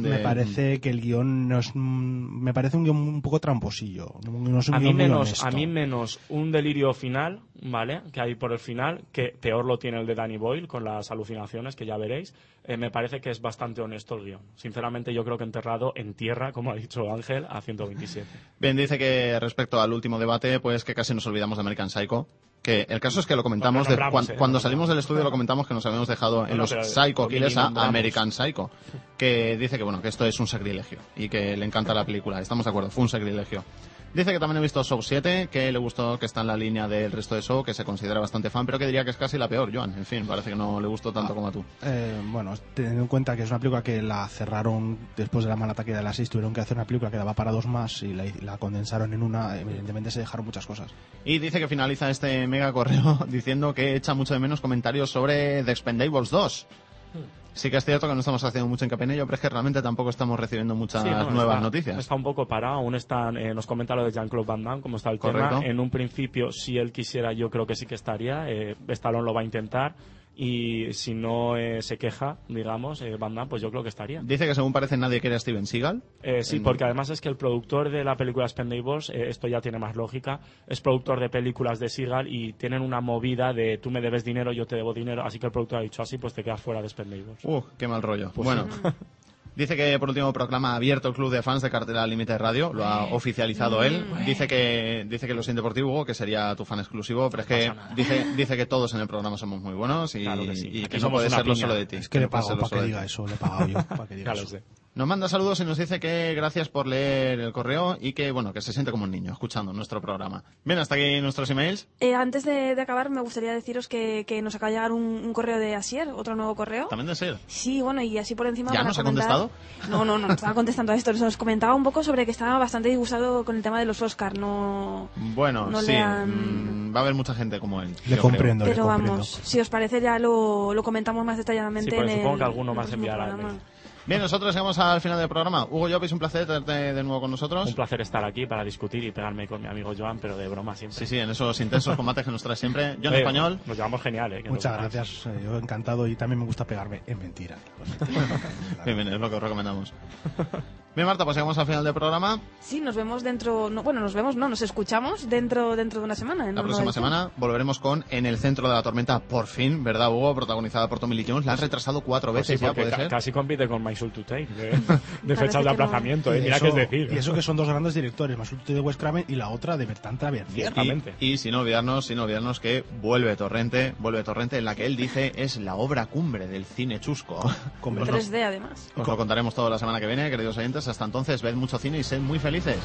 me-
de-
Me parece que el guión no es... mm, Me parece un guión un poco tramposillo. No es un
a mí
guión muy
menos
honesto.
a mí menos un delirio final vale que hay por el final que peor lo tiene el de Danny Boyle con las alucinaciones que ya veréis eh, me parece que es bastante honesto el guión sinceramente yo creo que enterrado en tierra como ha dicho Ángel a 127
Bien, dice que respecto al último debate, pues que casi nos olvidamos de American Psycho. Que el caso es que lo comentamos,
Lo
de-
nombramos,
cuan-
eh,
cuando salimos del estudio lo comentamos que nos habíamos dejado en
No,
los
pero
Psycho
lo
Killers a
minimizamos.
American Psycho. Que dice que bueno, que esto es un sacrilegio y que le encanta la película. Estamos de acuerdo, fue un sacrilegio. Dice que también ha visto Show 7, que le gustó, que está en la línea del resto de Show, que se considera bastante fan, pero que diría que es casi la peor, Joan. En fin, parece que no le gustó
Ah.
tanto como a tú.
Eh, bueno, teniendo en cuenta que es una película que la cerraron después de la mala taquilla de las 6, tuvieron que hacer una película que daba para dos más y la, la condensaron en una, evidentemente se dejaron muchas cosas.
Y dice que finaliza este mega correo diciendo que echa mucho de menos comentarios sobre The Expendables 2. Sí que es cierto que no estamos haciendo mucho hincapié en ello, pero es que realmente tampoco estamos recibiendo muchas
Sí, no,
nuevas
está-
noticias.
Está un poco parado, aún están, eh, nos comenta lo de Jean-Claude Van Damme, cómo está el
Correcto.
tema. En un principio, si él quisiera, yo creo que sí que estaría. Eh, Stallone lo va a intentar. Y si no eh, se queja, digamos, eh, Van Damme, pues yo creo que estaría.
Dice que según parece nadie quiere a Steven Seagal.
Eh, sí,
En-
porque además es que el productor de la película Spendables, eh, esto ya tiene más lógica, es productor de películas de Seagal y tienen una movida de tú me debes dinero, yo te debo dinero, así que el productor ha dicho así, pues te quedas fuera de Spendables.
Uh, qué mal rollo.
Pues
bueno. Dice que por último proclama abierto el club de fans de Cartera Límite Radio, lo ha oficializado él. Dice que dice que lo siente por ti, Hugo, que sería tu fan exclusivo, pero es que dice, dice que todos en el programa somos muy buenos y, y que
Aquí
no
somos
puede
una
serlo
piña.
solo de ti.
Es que le
No puede
pago
serlo
para
solo
que
de
diga
ti.
eso, le he pagado yo para que diga
Ya lo
eso.
sé.
Nos manda saludos y nos dice que gracias por leer el correo y que bueno que se siente como un niño escuchando nuestro programa. Bien, hasta aquí nuestros emails.
Eh, antes de, de acabar, me gustaría deciros que, que nos acaba de llegar un, un correo de Asier, otro nuevo correo.
También de ser.
Sí, bueno, y así por encima.
¿Ya
para
nos ha
comentar-
contestado?
No, no, no, no estaba contestando a esto. Nos comentaba un poco sobre que estaba bastante disgustado con el tema de los Oscar. No,
Bueno,
No
sí,
le han-
mm, va a haber mucha gente como él.
Le
yo
comprendo,
creo.
pero vamos, si os parece, ya lo, lo comentamos más detalladamente.
Sí, porque
en
supongo
el-
que alguno
en el
más
próximo
enviará el
programa.
mail. Bien, nosotros llegamos al final del programa. Hugo Llopis, un placer tenerte de nuevo con nosotros.
Un placer estar aquí para discutir y pegarme con mi amigo Joan, pero de broma siempre.
Sí, sí, en esos intensos combates que nos trae siempre. Yo en
Eh,
español.
Nos llevamos genial, ¿eh? Que
Muchas
nos-
gracias, eh, yo encantado y también me gusta pegarme en mentira.
Bien, bien, es lo que os recomendamos. Bien, Marta, pues llegamos al final del programa.
Sí, nos vemos dentro. No, bueno, nos vemos, no, nos escuchamos dentro, dentro de una semana. en
La
una
próxima
nueva edición.
semana volveremos con En el centro de la tormenta, por fin, ¿verdad, Hugo? Protagonizada por Tommy Lee Jones. La han retrasado cuatro
Pues sí,
veces ya,
porque
puede
ca-
ser.
casi compite con My Soul to Take, de, de
Parece
fechas
que
de
no.
aplazamiento, ¿eh?
Y
Mira
eso-
qué es decir.
Y eso que son dos grandes directores, Masulte de Wes Craven y la otra de Bertrand
Y-
Traversi.
Y, sin olvidarnos, sin olvidarnos que vuelve Torrente, vuelve Torrente, en la que él dice es la obra cumbre del cine chusco.
En
Os lo-
3D, además.
Os lo contaremos todo la semana que viene, queridos oyentes. Hasta entonces, ved mucho cine y sed muy felices.